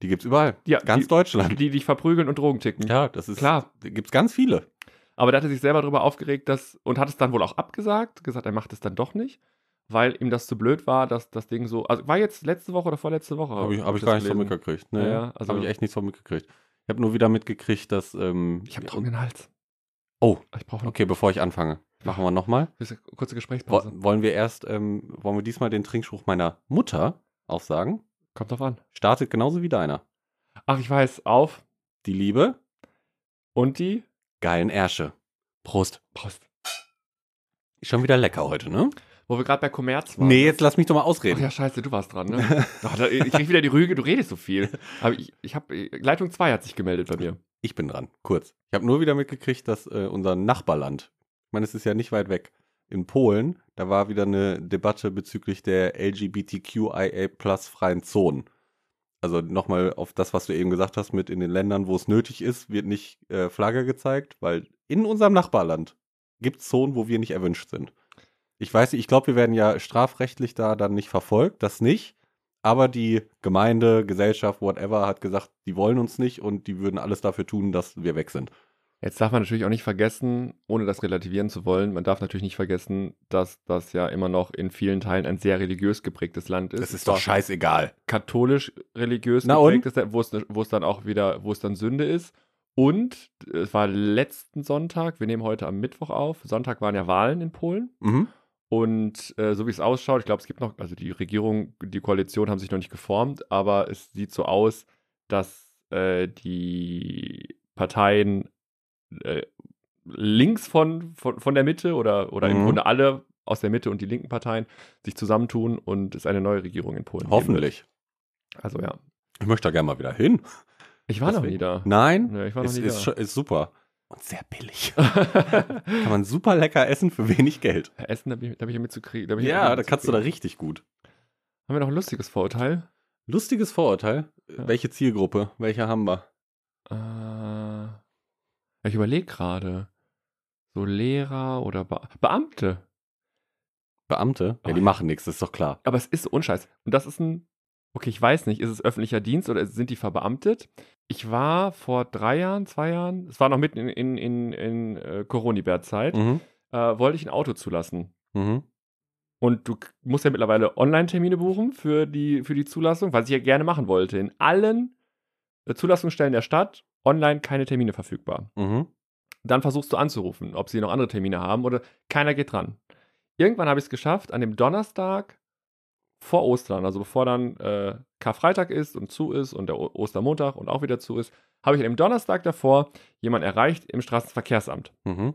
[SPEAKER 1] Die gibt's überall.
[SPEAKER 2] Ja,
[SPEAKER 1] Ganz
[SPEAKER 2] die-
[SPEAKER 1] Deutschland.
[SPEAKER 2] Die dich verprügeln und Drogen ticken.
[SPEAKER 1] ja, das ist
[SPEAKER 2] Klar.
[SPEAKER 1] Da gibt's ganz viele.
[SPEAKER 2] Aber da hat er sich selber darüber aufgeregt, dass und hat es dann wohl auch abgesagt, gesagt, er macht es dann doch nicht, weil ihm das zu blöd war, dass das Ding so. Also war jetzt letzte Woche oder vorletzte Woche?
[SPEAKER 1] Habe ich, hab ich
[SPEAKER 2] Oh, das
[SPEAKER 1] gar nichts von
[SPEAKER 2] gelesen.
[SPEAKER 1] mitgekriegt. Nee,
[SPEAKER 2] Ja, also-
[SPEAKER 1] habe ich echt nichts von mitgekriegt. Ich habe nur wieder mitgekriegt, dass. Ähm,
[SPEAKER 2] Ich habe trockenen Hals. Ah,
[SPEAKER 1] Oh.
[SPEAKER 2] Ich brauche noch
[SPEAKER 1] Okay, bevor ich anfange, machen wir nochmal.
[SPEAKER 2] eine kurze
[SPEAKER 1] Wo,
[SPEAKER 2] Gesprächspause.
[SPEAKER 1] wollen wir erst, ähm, wollen wir diesmal den Trinkspruch meiner Mutter aufsagen?
[SPEAKER 2] Kommt drauf an.
[SPEAKER 1] Startet genauso wie deiner.
[SPEAKER 2] Ach, ich weiß. Auf
[SPEAKER 1] Die Liebe,
[SPEAKER 2] und die.
[SPEAKER 1] geilen Ärsche. Prost.
[SPEAKER 2] Prost.
[SPEAKER 1] Schon wieder lecker heute, ne?
[SPEAKER 2] Wo wir gerade bei Kommerz waren.
[SPEAKER 1] Nee, jetzt lass mich doch mal
[SPEAKER 2] Ach
[SPEAKER 1] ausreden.
[SPEAKER 2] ja, scheiße, du warst
[SPEAKER 1] *laughs*
[SPEAKER 2] dran, ne? Ach, da, ich krieg wieder die Rüge, du redest so viel. Aber ich, ich habe Leitung 2 hat sich gemeldet bei mir.
[SPEAKER 1] Ich bin dran, kurz. Ich habe nur wieder mitgekriegt, dass äh, unser Nachbarland, ich meine, es ist ja nicht weit weg, in Polen, da war wieder eine Debatte bezüglich der LGBTQIA-freien Zonen. Also nochmal auf das, was du eben gesagt hast, mit in den Ländern, wo es nötig ist, wird nicht äh, Flagge gezeigt, weil in unserem Nachbarland gibt es Zonen, wo wir nicht erwünscht sind. Ich weiß nicht, ich glaube, wir werden ja strafrechtlich da dann nicht verfolgt, das nicht. Aber die Gemeinde, Gesellschaft, whatever, hat gesagt, die wollen uns nicht und die würden alles dafür tun, dass wir weg sind.
[SPEAKER 2] Jetzt darf man natürlich auch nicht vergessen, ohne das relativieren zu wollen, man darf natürlich nicht vergessen, dass das ja immer noch in vielen Teilen ein sehr religiös geprägtes Land ist.
[SPEAKER 1] Das ist doch
[SPEAKER 2] Zwar
[SPEAKER 1] scheißegal.
[SPEAKER 2] katholisch religiös
[SPEAKER 1] Na
[SPEAKER 2] geprägt ist, wo es, ne, wo es dann auch wieder, wo es dann Sünde ist. Und es war letzten Sonntag, wir nehmen heute am Mittwoch auf. Sonntag waren ja Wahlen in Polen.
[SPEAKER 1] Mhm.
[SPEAKER 2] Und äh, so wie es ausschaut, ich glaube, es gibt noch, also die Regierung, die Koalition haben sich noch nicht geformt, aber es sieht so aus, dass äh, die Parteien äh, links von, von, von der Mitte oder, oder im
[SPEAKER 1] Mhm.
[SPEAKER 2] Grunde alle aus der Mitte und die linken Parteien sich zusammentun und es eine neue Regierung in Polen geben wird.
[SPEAKER 1] Hoffentlich.
[SPEAKER 2] Also ja.
[SPEAKER 1] Ich möchte da gerne mal wieder hin.
[SPEAKER 2] Ich war noch
[SPEAKER 1] Deswegen-
[SPEAKER 2] nie da.
[SPEAKER 1] Nein,
[SPEAKER 2] Ja, ich war noch
[SPEAKER 1] es
[SPEAKER 2] nie
[SPEAKER 1] ne, ist,
[SPEAKER 2] da. *laughs*
[SPEAKER 1] scho- ist super. Und sehr billig. *laughs* Kann
[SPEAKER 2] Essen,
[SPEAKER 1] man super lecker essen für wenig Geld.
[SPEAKER 2] da bin ich, da bin ich mitzukriegen. bin ich
[SPEAKER 1] Ja, da
[SPEAKER 2] mitzukriegen.
[SPEAKER 1] kannst du da richtig gut.
[SPEAKER 2] Haben wir noch ein lustiges Vorurteil?
[SPEAKER 1] Lustiges Vorurteil.
[SPEAKER 2] Ja.
[SPEAKER 1] Welche Zielgruppe? Welche haben wir?
[SPEAKER 2] Äh, ich überlege gerade. So Lehrer oder Be Beamte.
[SPEAKER 1] Beamte? Ja,
[SPEAKER 2] Oh,
[SPEAKER 1] die
[SPEAKER 2] ja.
[SPEAKER 1] machen nichts, das ist doch klar.
[SPEAKER 2] Aber es ist so unscheiß. Und das ist ein. Okay, ich weiß nicht, ist es öffentlicher Dienst oder sind die verbeamtet? Ich war vor drei Jahren, zwei Jahren, es war noch mitten in, in, in, in äh, Corona-Zeit,
[SPEAKER 1] Mhm.
[SPEAKER 2] äh, wollte ich ein Auto zulassen.
[SPEAKER 1] Mhm.
[SPEAKER 2] Und du k- musst ja mittlerweile Online-Termine buchen für die, für die Zulassung, was ich ja gerne machen wollte. In allen äh, Zulassungsstellen der Stadt online keine Termine verfügbar.
[SPEAKER 1] Mhm.
[SPEAKER 2] Dann versuchst du anzurufen, ob sie noch andere Termine haben oder keiner geht dran. Irgendwann habe ich es geschafft, an dem Donnerstag vor Ostern, also bevor dann äh, Karfreitag ist und zu ist und der o Ostermontag und auch wieder zu ist, habe ich an dem Donnerstag davor jemanden erreicht im Straßenverkehrsamt
[SPEAKER 1] Mhm.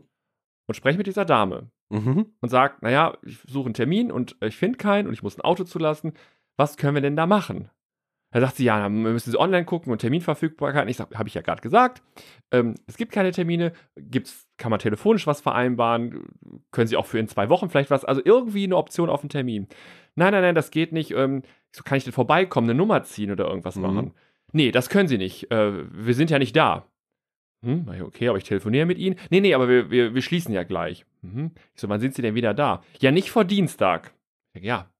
[SPEAKER 2] und spreche mit dieser Dame
[SPEAKER 1] Mhm.
[SPEAKER 2] und sagt, naja, ich suche einen Termin und ich finde keinen und ich muss ein Auto zulassen. Was können wir denn da machen? Da sagt sie, ja, dann müssen Sie online gucken und Terminverfügbarkeit. Und Ich sage, habe ich ja gerade gesagt. Ähm, es gibt keine Termine. Gibt's, kann man telefonisch was vereinbaren? Können Sie auch für in zwei Wochen vielleicht was? Also irgendwie eine Option auf einen Termin. Nein, nein, nein, das geht nicht. Ähm, so kann ich denn vorbeikommen, eine Nummer ziehen oder irgendwas
[SPEAKER 1] Mhm.
[SPEAKER 2] machen? Nee, das können Sie nicht. Äh, wir sind ja nicht da. Hm, mach ich, okay, aber ich telefoniere mit Ihnen. Nee, nee, aber wir, wir, wir schließen ja gleich. Mhm. Ich so, wann sind Sie denn wieder da? Ja, nicht vor Dienstag. Ich sag, Ja,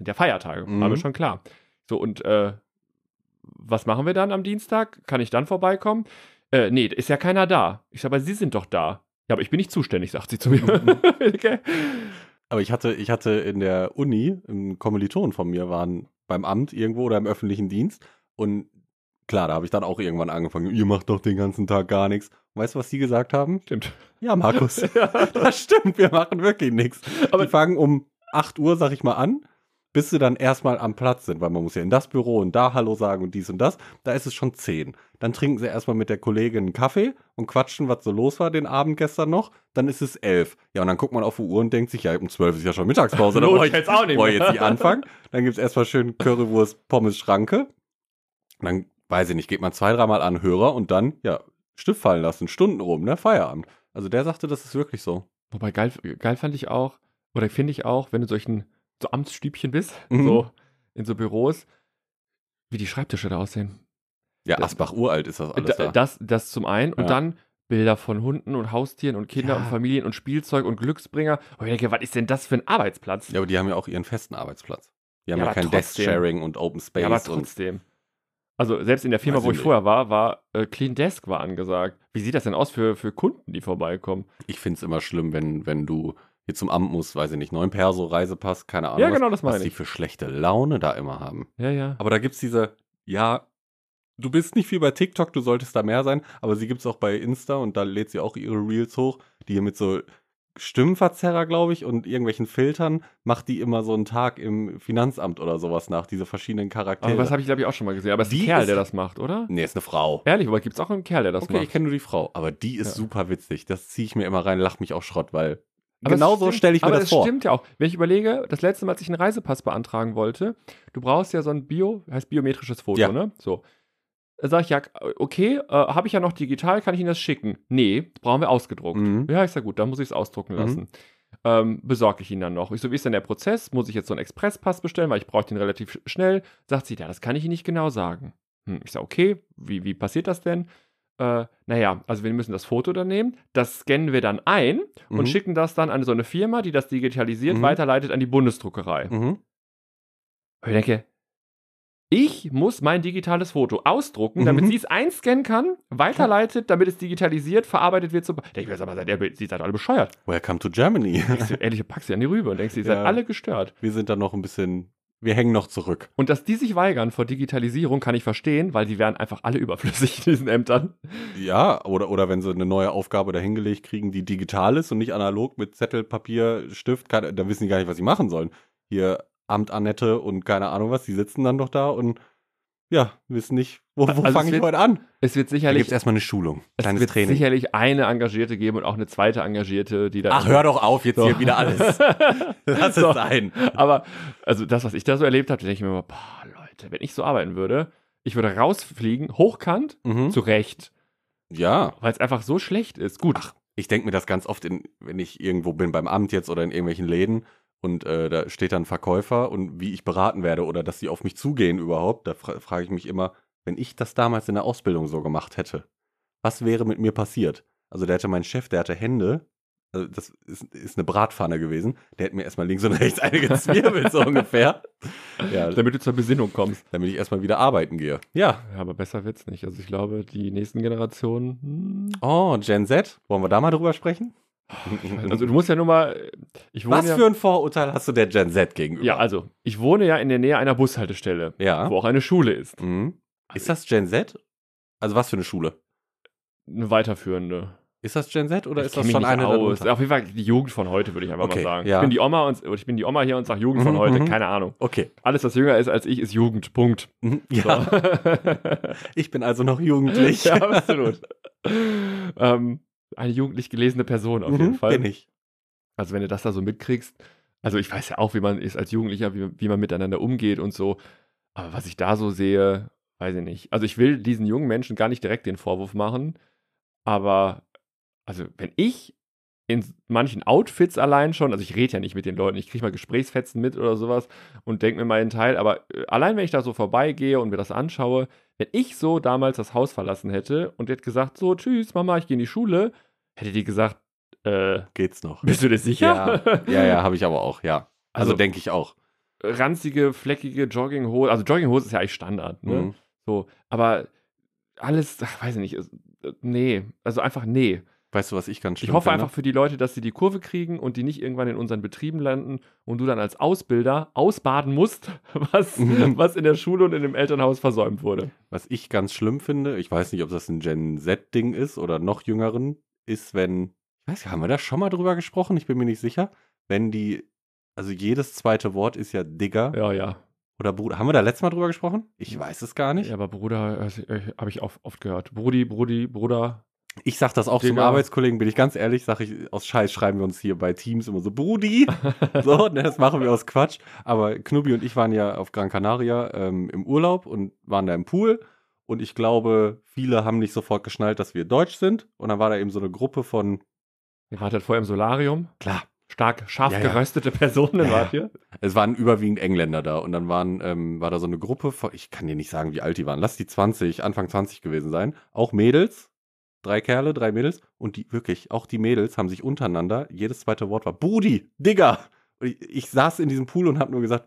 [SPEAKER 2] sind ja Feiertage,
[SPEAKER 1] Mhm.
[SPEAKER 2] war mir schon klar. So, und äh, was machen wir dann am Dienstag? Kann ich dann vorbeikommen? Äh, nee, ist ja keiner da. Ich sage, aber Sie sind doch da. Ja, aber ich bin nicht zuständig, sagt sie zu *laughs* mir.
[SPEAKER 1] Mhm.
[SPEAKER 2] okay.
[SPEAKER 1] Aber ich hatte, ich hatte in der Uni, ein Kommilitonen von mir waren beim Amt irgendwo oder im öffentlichen Dienst. Und klar, da habe ich dann auch irgendwann angefangen, ihr macht doch den ganzen Tag gar nichts. Und weißt du, was die gesagt haben?
[SPEAKER 2] Stimmt.
[SPEAKER 1] Ja, Markus, *laughs* das stimmt, wir machen wirklich nichts.
[SPEAKER 2] Aber-
[SPEAKER 1] Aber die fangen um 8 Uhr, sag ich mal, an, bis sie dann erstmal am Platz sind, weil man muss ja in das Büro und da Hallo sagen und dies und das. Da ist es schon 10. Dann trinken sie erstmal mit der Kollegin einen Kaffee und quatschen, was so los war den Abend gestern noch. Dann ist es 11. Ja, und dann guckt man auf die Uhr und denkt sich, ja, um 12 ist ja schon
[SPEAKER 2] *laughs*
[SPEAKER 1] Mittagspause. Dann
[SPEAKER 2] Lohnt
[SPEAKER 1] brauche
[SPEAKER 2] sich jetzt auch nicht
[SPEAKER 1] brauche
[SPEAKER 2] mehr.
[SPEAKER 1] ich jetzt nicht anfangen. Dann gibt es erstmal schön Currywurst, Pommes, Schranke. Und dann, weiß ich nicht, geht man zwei, dreimal an Hörer und dann, ja, Stift fallen lassen, Stunden rum, ne, Feierabend. Also der sagte, das ist wirklich so.
[SPEAKER 2] Wobei geil, geil fand ich auch, oder finde ich auch, wenn du in solchen so Amtsstübchen bist,
[SPEAKER 1] Mhm.
[SPEAKER 2] so in so Büros, wie die Schreibtische da aussehen.
[SPEAKER 1] Ja,
[SPEAKER 2] Da-
[SPEAKER 1] Asbach uralt ist das alles
[SPEAKER 2] Da,
[SPEAKER 1] da.
[SPEAKER 2] das, das zum einen und
[SPEAKER 1] Ja.
[SPEAKER 2] dann Bilder von Hunden und Haustieren und Kinder
[SPEAKER 1] Ja.
[SPEAKER 2] und Familien und Spielzeug und Glücksbringer. Und ich denke, was ist denn das für ein Arbeitsplatz?
[SPEAKER 1] ja, aber die haben ja auch ihren festen Arbeitsplatz. Die haben
[SPEAKER 2] Ja,
[SPEAKER 1] ja,
[SPEAKER 2] aber
[SPEAKER 1] kein
[SPEAKER 2] trotzdem.
[SPEAKER 1] Desk-Sharing und Open Space.
[SPEAKER 2] Ja, aber
[SPEAKER 1] und
[SPEAKER 2] trotzdem. Also selbst in der Firma,
[SPEAKER 1] Weiß
[SPEAKER 2] wo
[SPEAKER 1] ich
[SPEAKER 2] ich
[SPEAKER 1] nicht.
[SPEAKER 2] vorher war, war äh, Clean Desk war angesagt. Wie sieht das denn aus für, für Kunden, die vorbeikommen?
[SPEAKER 1] ich finde es immer schlimm, wenn, wenn du hier zum Amt musst, weiß ich nicht, neuen Perso, Reisepass, keine Ahnung.
[SPEAKER 2] Ja,
[SPEAKER 1] Ah, was,
[SPEAKER 2] genau, das
[SPEAKER 1] Was
[SPEAKER 2] meine
[SPEAKER 1] die
[SPEAKER 2] ich.
[SPEAKER 1] für schlechte Laune da immer haben.
[SPEAKER 2] Ja, ja.
[SPEAKER 1] Aber da gibt es diese, ja, du bist nicht viel bei TikTok, du solltest da mehr sein, aber sie gibt es auch bei Insta und da lädt sie auch ihre Reels hoch, die hier mit so Stimmenverzerrer, glaube ich, und irgendwelchen Filtern macht die immer so einen Tag im Finanzamt oder sowas nach, diese verschiedenen Charaktere.
[SPEAKER 2] Aber was habe ich, glaube ich, auch schon mal gesehen. Aber es ist ein
[SPEAKER 1] Die
[SPEAKER 2] Kerl,
[SPEAKER 1] ist-
[SPEAKER 2] der das macht, oder?
[SPEAKER 1] nee, ist eine Frau.
[SPEAKER 2] Ehrlich, aber gibt es auch einen Kerl, der das
[SPEAKER 1] okay,
[SPEAKER 2] macht?
[SPEAKER 1] ich kenne nur die Frau, aber die ist
[SPEAKER 2] Ja.
[SPEAKER 1] super witzig. Das ziehe ich mir immer rein, lach mich auch Schrott, weil
[SPEAKER 2] Aber es
[SPEAKER 1] genau so
[SPEAKER 2] stimmt-
[SPEAKER 1] stelle ich mir
[SPEAKER 2] aber
[SPEAKER 1] das
[SPEAKER 2] es
[SPEAKER 1] vor.
[SPEAKER 2] stimmt ja auch. Wenn ich überlege, das letzte Mal, als ich einen Reisepass beantragen wollte, du brauchst ja so ein Bio, heißt biometrisches Foto,
[SPEAKER 1] Ja.
[SPEAKER 2] ne? So. Da Sag ich, ja, okay, äh, habe ich ja noch digital, kann ich Ihnen das schicken? Nee, brauchen wir ausgedruckt.
[SPEAKER 1] Mhm.
[SPEAKER 2] Ja, ich sag gut, dann muss ich es ausdrucken
[SPEAKER 1] Mhm.
[SPEAKER 2] lassen. ähm, besorge ich ihn dann noch. Ich so, wie ist denn der Prozess? Muss ich jetzt so einen Expresspass bestellen, weil ich brauche den relativ sch- schnell? Sagt sie, ja, das kann ich Ihnen nicht genau sagen. Hm, ich sage, okay, wie, wie passiert das denn? Äh, naja, also wir müssen das Foto dann nehmen, das scannen wir dann ein
[SPEAKER 1] Mhm.
[SPEAKER 2] und schicken das dann an so eine Firma, die das digitalisiert,
[SPEAKER 1] Mhm.
[SPEAKER 2] weiterleitet an die Bundesdruckerei.
[SPEAKER 1] Mhm.
[SPEAKER 2] Und ich denke, ich muss mein digitales Foto ausdrucken, damit
[SPEAKER 1] Mhm.
[SPEAKER 2] sie es einscannen kann, weiterleitet, damit es digitalisiert, verarbeitet wird. Zum Da denk ich mir, sag mal, seid ihr, sie seid
[SPEAKER 1] *laughs*
[SPEAKER 2] alle bescheuert.
[SPEAKER 1] Welcome to Germany.
[SPEAKER 2] Denkst du, ehrlich, packst sie an die Rübe und denkst, ihr seid
[SPEAKER 1] Ja.
[SPEAKER 2] alle gestört.
[SPEAKER 1] Wir sind da noch ein bisschen, wir hängen noch zurück.
[SPEAKER 2] Und dass die sich weigern vor Digitalisierung, kann ich verstehen, weil die wären einfach alle *laughs* überflüssig in diesen Ämtern.
[SPEAKER 1] Ja, oder, oder wenn sie eine neue Aufgabe dahingelegt kriegen, die digital ist und nicht analog mit Zettel, Papier, Stift, keine, dann wissen die gar nicht, was sie machen sollen. Hier Amt Annette und keine Ahnung was, die sitzen dann doch da und ja, wissen nicht, wo, wo
[SPEAKER 2] Also es
[SPEAKER 1] fange ich
[SPEAKER 2] wird
[SPEAKER 1] heute an?
[SPEAKER 2] Es
[SPEAKER 1] Da
[SPEAKER 2] wird
[SPEAKER 1] gibt
[SPEAKER 2] sicherlich,
[SPEAKER 1] es erstmal eine Schulung,
[SPEAKER 2] es
[SPEAKER 1] kleines
[SPEAKER 2] wird
[SPEAKER 1] Training.
[SPEAKER 2] sicherlich eine Engagierte geben und auch eine zweite Engagierte, die da.
[SPEAKER 1] Ach, hör doch auf, jetzt
[SPEAKER 2] So.
[SPEAKER 1] hier wieder
[SPEAKER 2] *laughs*
[SPEAKER 1] alles. Lass
[SPEAKER 2] So.
[SPEAKER 1] es sein.
[SPEAKER 2] Aber, also das, was ich da so erlebt habe, da denke ich mir immer, boah, Leute, wenn ich so arbeiten würde, ich würde rausfliegen, hochkant,
[SPEAKER 1] Mhm.
[SPEAKER 2] zu Recht,
[SPEAKER 1] Ja.
[SPEAKER 2] weil es einfach so schlecht ist. Gut,
[SPEAKER 1] ich denke mir das ganz oft, in, wenn ich irgendwo bin beim Amt jetzt oder in irgendwelchen Läden und äh, da steht dann ein Verkäufer und wie ich beraten werde oder dass sie auf mich zugehen überhaupt, da fra frage ich mich immer, wenn ich das damals in der Ausbildung so gemacht hätte, was wäre mit mir passiert? Also der hatte mein Chef, der hatte Hände, also das ist, ist eine Bratpfanne gewesen, der hätte mir erstmal links und rechts eine gezwirbelt, so ungefähr. Ja,
[SPEAKER 2] damit du zur Besinnung kommst.
[SPEAKER 1] damit ich erstmal wieder arbeiten gehe. Ja.
[SPEAKER 2] Ja, aber besser wird's nicht. Also ich glaube, die nächsten Generationen. Hm,
[SPEAKER 1] Oh, Gen Z, wollen wir da mal drüber sprechen?
[SPEAKER 2] also du musst ja nur mal. Ich wohne
[SPEAKER 1] Was
[SPEAKER 2] ja,
[SPEAKER 1] für ein Vorurteil hast du der Gen Z gegenüber?
[SPEAKER 2] Ja, also ich wohne ja in der Nähe einer Bushaltestelle,
[SPEAKER 1] Ja.
[SPEAKER 2] wo auch eine Schule ist,
[SPEAKER 1] Mhm. Ist das Gen Z? Also was für eine Schule?
[SPEAKER 2] eine weiterführende.
[SPEAKER 1] Ist das Gen Z oder
[SPEAKER 2] Ich
[SPEAKER 1] ist
[SPEAKER 2] kenn
[SPEAKER 1] das
[SPEAKER 2] mich
[SPEAKER 1] schon
[SPEAKER 2] nicht
[SPEAKER 1] eine
[SPEAKER 2] aus?
[SPEAKER 1] darunter?
[SPEAKER 2] Auf jeden Fall die Jugend von heute würde ich einfach
[SPEAKER 1] Okay,
[SPEAKER 2] mal sagen.
[SPEAKER 1] ja.
[SPEAKER 2] Ich bin die Oma und ich bin die Oma hier und sage Jugend von
[SPEAKER 1] Mhm,
[SPEAKER 2] heute.
[SPEAKER 1] mhm.
[SPEAKER 2] Keine Ahnung.
[SPEAKER 1] Okay.
[SPEAKER 2] Alles, was jünger ist als ich, ist Jugend. Punkt.
[SPEAKER 1] Mhm.
[SPEAKER 2] *laughs* So.
[SPEAKER 1] Ja, ich bin also noch jugendlich. *laughs*
[SPEAKER 2] *laughs* ja, absolut. ähm, eine jugendlich gelesene Person auf
[SPEAKER 1] Mhm,
[SPEAKER 2] jeden Fall.
[SPEAKER 1] Bin ich.
[SPEAKER 2] Also wenn du das da so mitkriegst, also ich weiß ja auch, wie man ist als Jugendlicher, wie, wie man miteinander umgeht und so. Aber was ich da so sehe, weiß ich nicht. Also ich will diesen jungen Menschen gar nicht direkt den Vorwurf machen, aber also wenn ich in manchen Outfits allein schon, also ich rede ja nicht mit den Leuten, ich kriege mal Gesprächsfetzen mit oder sowas und denke mir mal einen Teil, aber äh, allein wenn ich da so vorbeigehe und mir das anschaue, wenn ich so damals das Haus verlassen hätte und hätte gesagt, so tschüss Mama, ich gehe in die Schule, hätte die gesagt, äh,
[SPEAKER 1] Geht's noch?
[SPEAKER 2] bist du dir *laughs* sicher?
[SPEAKER 1] Ja, ja, habe ich aber auch, ja. Also,
[SPEAKER 2] Also,
[SPEAKER 1] denke ich auch.
[SPEAKER 2] ranzige, fleckige Jogginghose. Also Jogginghose ist ja eigentlich Standard, ne?
[SPEAKER 1] Mhm.
[SPEAKER 2] So, aber alles, ach, weiß ich nicht, ist, äh, nee, also einfach nee.
[SPEAKER 1] Weißt du, was ich ganz schlimm
[SPEAKER 2] ich hoffe
[SPEAKER 1] finde?
[SPEAKER 2] einfach für die Leute, dass sie die Kurve kriegen und die nicht irgendwann in unseren Betrieben landen und du dann als Ausbilder ausbaden musst, *laughs* was,
[SPEAKER 1] Mhm.
[SPEAKER 2] was in der Schule und in dem Elternhaus versäumt wurde.
[SPEAKER 1] Was ich ganz schlimm finde, ich weiß nicht, ob das ein Gen Z-Ding ist oder noch jüngeren, ist, wenn, ich weiß nicht, haben wir da schon mal drüber gesprochen? Ich bin mir nicht sicher. Wenn die, also jedes zweite Wort ist ja Digger
[SPEAKER 2] Ja, ja.
[SPEAKER 1] oder Bruder. Haben wir da letztes Mal drüber gesprochen? Ich weiß es gar nicht.
[SPEAKER 2] Ja, aber Bruder, äh, äh, habe ich oft, oft gehört. Brudi, Brudi, Bruder.
[SPEAKER 1] Ich sag das auch zum
[SPEAKER 2] Digga.
[SPEAKER 1] Arbeitskollegen, bin ich ganz ehrlich, sag ich, aus Scheiß schreiben wir uns hier bei Teams immer so, Brudi, so, ne, das machen wir aus Quatsch. Aber Knubi und ich waren ja auf Gran Canaria ähm, im Urlaub und waren da im Pool. Und ich glaube, viele haben nicht sofort geschnallt, dass wir Deutsch sind. Und dann war da eben so eine Gruppe von,
[SPEAKER 2] Ihr wartet vorher im Solarium.
[SPEAKER 1] klar,
[SPEAKER 2] Stark, scharf
[SPEAKER 1] Ja, ja.
[SPEAKER 2] geröstete Personen
[SPEAKER 1] Ja, ja.
[SPEAKER 2] wart ihr.
[SPEAKER 1] es waren überwiegend Engländer da. Und dann waren, ähm, war da so eine Gruppe von, ich kann dir nicht sagen, wie alt die waren, lass die 20, Anfang 20 gewesen sein. Auch Mädels, drei Kerle, drei Mädels. Und die, wirklich, auch die Mädels haben sich untereinander, jedes zweite Wort war, Brudi, Digger. Und ich, ich saß in diesem Pool und habe nur gesagt,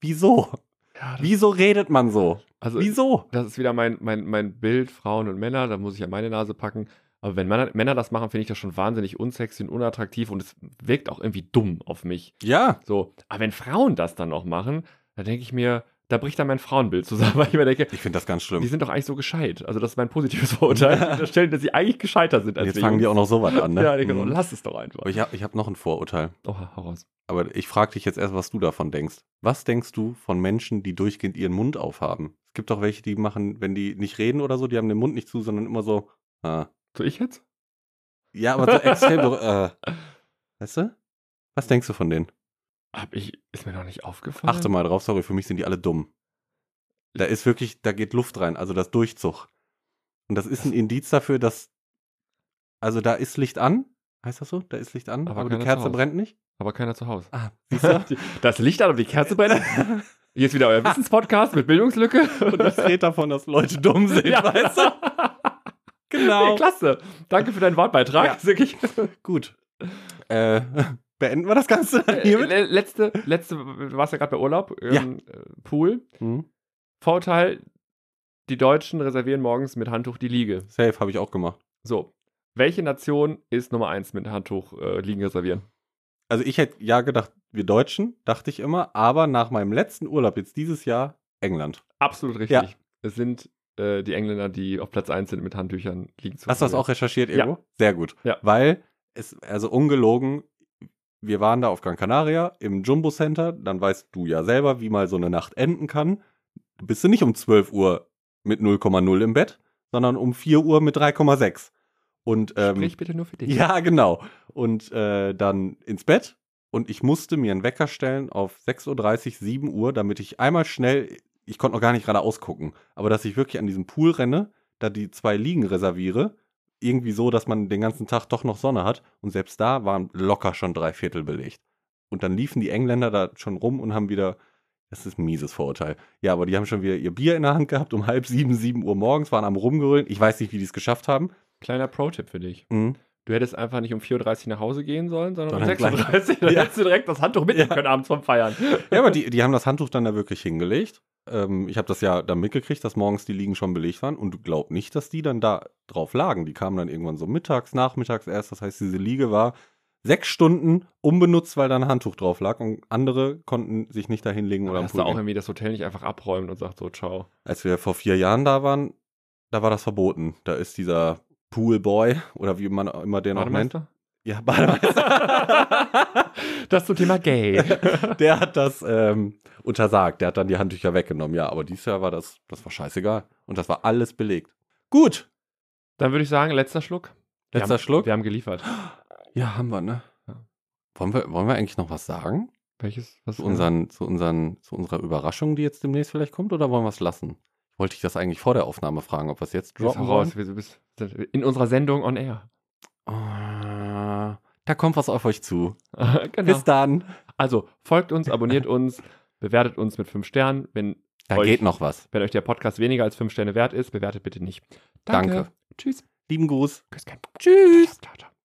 [SPEAKER 1] wieso?
[SPEAKER 2] Ja, das-
[SPEAKER 1] Wieso redet man so?
[SPEAKER 2] also,
[SPEAKER 1] Wieso?
[SPEAKER 2] das ist wieder mein, mein, mein Bild, Frauen und Männer, da muss ich ja meine Nase packen. Aber wenn Männer, Männer das machen, finde ich das schon wahnsinnig unsexy und unattraktiv und es wirkt auch irgendwie dumm auf mich.
[SPEAKER 1] Ja,
[SPEAKER 2] So, aber wenn Frauen das dann noch machen, dann denke ich mir, da bricht dann mein Frauenbild zusammen, *laughs* weil ich mir denke,
[SPEAKER 1] ich finde das ganz
[SPEAKER 2] die
[SPEAKER 1] schlimm.
[SPEAKER 2] sind doch eigentlich so gescheit. Also das ist mein
[SPEAKER 1] *laughs*
[SPEAKER 2] positives Vorurteil. Ich unterstelle, dass sie eigentlich gescheiter sind als
[SPEAKER 1] Jetzt fangen Also, die auch noch sowas an, ne?
[SPEAKER 2] Ja, ich denke, so,
[SPEAKER 1] Mhm.
[SPEAKER 2] lass es doch einfach.
[SPEAKER 1] Aber ich habe ich hab noch ein Vorurteil.
[SPEAKER 2] Oha, hau raus.
[SPEAKER 1] Aber ich frage dich jetzt erst, was du davon denkst. Was denkst du von Menschen, die durchgehend ihren Mund aufhaben? Es gibt doch welche, die machen, wenn die nicht reden oder so, die haben den Mund nicht zu, sondern immer so. Ah.
[SPEAKER 2] So, ich jetzt?
[SPEAKER 1] Ja, aber so extrem. so,
[SPEAKER 2] *laughs*
[SPEAKER 1] äh. Weißt du? Was denkst du von denen?
[SPEAKER 2] Hab ich, ist mir noch nicht aufgefallen.
[SPEAKER 1] Achte mal drauf, sorry, für mich sind die alle dumm. Da ist wirklich, da geht Luft rein, also das Durchzug. Und das ist ein Indiz dafür, dass. Also da ist Licht an, Heißt das so? Da ist Licht an,
[SPEAKER 2] Aber
[SPEAKER 1] aber, die
[SPEAKER 2] keiner zu
[SPEAKER 1] Kerze
[SPEAKER 2] Hause.
[SPEAKER 1] brennt nicht?
[SPEAKER 2] Aber keiner zu Hause.
[SPEAKER 1] Ah, siehst
[SPEAKER 2] *laughs*
[SPEAKER 1] du?
[SPEAKER 2] Das Licht an und die Kerze brennt. Hier ist wieder euer Wissenspodcast mit Bildungslücke.
[SPEAKER 1] Und ich rede davon, dass Leute
[SPEAKER 2] *laughs*
[SPEAKER 1] dumm sind,
[SPEAKER 2] Ja.
[SPEAKER 1] weißt du? Genau.
[SPEAKER 2] Klasse. Danke für deinen Wortbeitrag.
[SPEAKER 1] Ja.
[SPEAKER 2] Ist wirklich-
[SPEAKER 1] Gut. Äh, *laughs* beenden wir das Ganze
[SPEAKER 2] Äh,
[SPEAKER 1] dann hiermit?
[SPEAKER 2] Le- Letzte, letzte, du warst ja gerade bei Urlaub, ähm, äh, Pool.
[SPEAKER 1] Mhm.
[SPEAKER 2] Vorteil, die Deutschen reservieren morgens mit Handtuch die Liege.
[SPEAKER 1] Safe habe ich auch gemacht.
[SPEAKER 2] So, welche Nation ist Nummer eins mit Handtuch äh, Liegen reservieren?
[SPEAKER 1] Also ich hätte ja gedacht, wir Deutschen, dachte ich immer, aber nach meinem letzten Urlaub jetzt dieses Jahr England.
[SPEAKER 2] Absolut richtig. Es sind äh, die Engländer, die auf Platz eins sind mit Handtüchern liegen zu
[SPEAKER 1] Hast du das
[SPEAKER 2] reservieren.
[SPEAKER 1] auch recherchiert irgendwo? Sehr gut.
[SPEAKER 2] Ja.
[SPEAKER 1] Weil es, also ungelogen, wir waren da auf Gran Canaria im Jumbo Center, dann weißt du ja selber, wie mal so eine Nacht enden kann. Du bist du nicht um 12 Uhr mit 0,0 im Bett, sondern um 4 Uhr mit 3,6. Und ähm,
[SPEAKER 2] Sprich bitte nur für dich.
[SPEAKER 1] Ja, genau. Und äh, dann ins Bett. Und ich musste mir einen Wecker stellen auf 6.30 Uhr, 7 Uhr, damit ich einmal schnell, ich konnte noch gar nicht gerade ausgucken, aber dass ich wirklich an diesem Pool renne, da die zwei Liegen reserviere, irgendwie so, dass man den ganzen Tag doch noch Sonne hat. Und selbst da waren locker schon drei Viertel belegt. Und dann liefen die Engländer da schon rum und haben wieder, das ist ein mieses Vorurteil. Ja, aber die haben schon wieder ihr Bier in der Hand gehabt, um halb sieben, sieben Uhr morgens, waren am Rumgerüllen. Ich weiß nicht, wie die es geschafft haben.
[SPEAKER 2] Kleiner Pro-Tipp für dich.
[SPEAKER 1] Mhm.
[SPEAKER 2] Du hättest einfach nicht um 4.30 Uhr nach Hause gehen sollen, sondern um
[SPEAKER 1] Sondern gleich.
[SPEAKER 2] 6.30 Uhr. Dann
[SPEAKER 1] Ja.
[SPEAKER 2] hättest du direkt das Handtuch mitnehmen
[SPEAKER 1] Ja.
[SPEAKER 2] können abends vom Feiern.
[SPEAKER 1] Ja, aber die, die haben das Handtuch dann da wirklich hingelegt. Ähm, ich habe das ja dann mitgekriegt, dass morgens die Liegen schon belegt waren. Und du glaubst nicht, dass die dann da drauf lagen. Die kamen dann irgendwann so mittags, nachmittags erst. Das heißt, diese Liege war sechs Stunden unbenutzt, weil da ein Handtuch drauf lag. Und andere konnten sich nicht da hinlegen oder
[SPEAKER 2] Oder
[SPEAKER 1] am
[SPEAKER 2] hast du
[SPEAKER 1] Pool
[SPEAKER 2] auch
[SPEAKER 1] gehen.
[SPEAKER 2] irgendwie das Hotel nicht einfach abräumen und sagt so, ciao.
[SPEAKER 1] Als wir vor vier Jahren da waren, da war das verboten. Da ist dieser Poolboy oder wie man auch immer den auch nennt.
[SPEAKER 2] Bademeister?
[SPEAKER 1] Ja, Bademeister. *laughs*
[SPEAKER 2] *laughs* Das zum Thema Gay.
[SPEAKER 1] Der hat das ähm, untersagt. Der hat dann die Handtücher weggenommen. Ja, aber dieses Jahr war das, das war scheißegal. Und das war alles belegt. Gut.
[SPEAKER 2] Dann würde ich sagen, letzter Schluck. Wir
[SPEAKER 1] Letzter
[SPEAKER 2] haben,
[SPEAKER 1] Schluck.
[SPEAKER 2] Wir haben geliefert.
[SPEAKER 1] Ja, haben wir, ne?
[SPEAKER 2] Ja.
[SPEAKER 1] Wollen wir, wollen wir eigentlich noch was sagen?
[SPEAKER 2] Welches? Was
[SPEAKER 1] Zu, unseren, zu, unseren, zu unserer Überraschung, die jetzt demnächst vielleicht kommt? Oder wollen wir es lassen? Wollte ich das eigentlich vor der Aufnahme fragen, ob wir es jetzt
[SPEAKER 2] Jetzt
[SPEAKER 1] droppen
[SPEAKER 2] hau
[SPEAKER 1] wollen?
[SPEAKER 2] raus. Wir bist in unserer Sendung on air. *laughs*
[SPEAKER 1] Ah, da kommt was auf euch zu.
[SPEAKER 2] genau.
[SPEAKER 1] Bis dann.
[SPEAKER 2] Also folgt uns, abonniert uns, bewertet uns mit 5 Sternen. Wenn,
[SPEAKER 1] Da
[SPEAKER 2] Euch.
[SPEAKER 1] geht noch was.
[SPEAKER 2] wenn euch der Podcast weniger als 5 Sterne wert ist, bewertet bitte nicht.
[SPEAKER 1] Danke.
[SPEAKER 2] Tschüss.
[SPEAKER 1] Lieben Gruß.
[SPEAKER 2] Küss kein
[SPEAKER 1] Tschüss.
[SPEAKER 2] Ciao, ciao.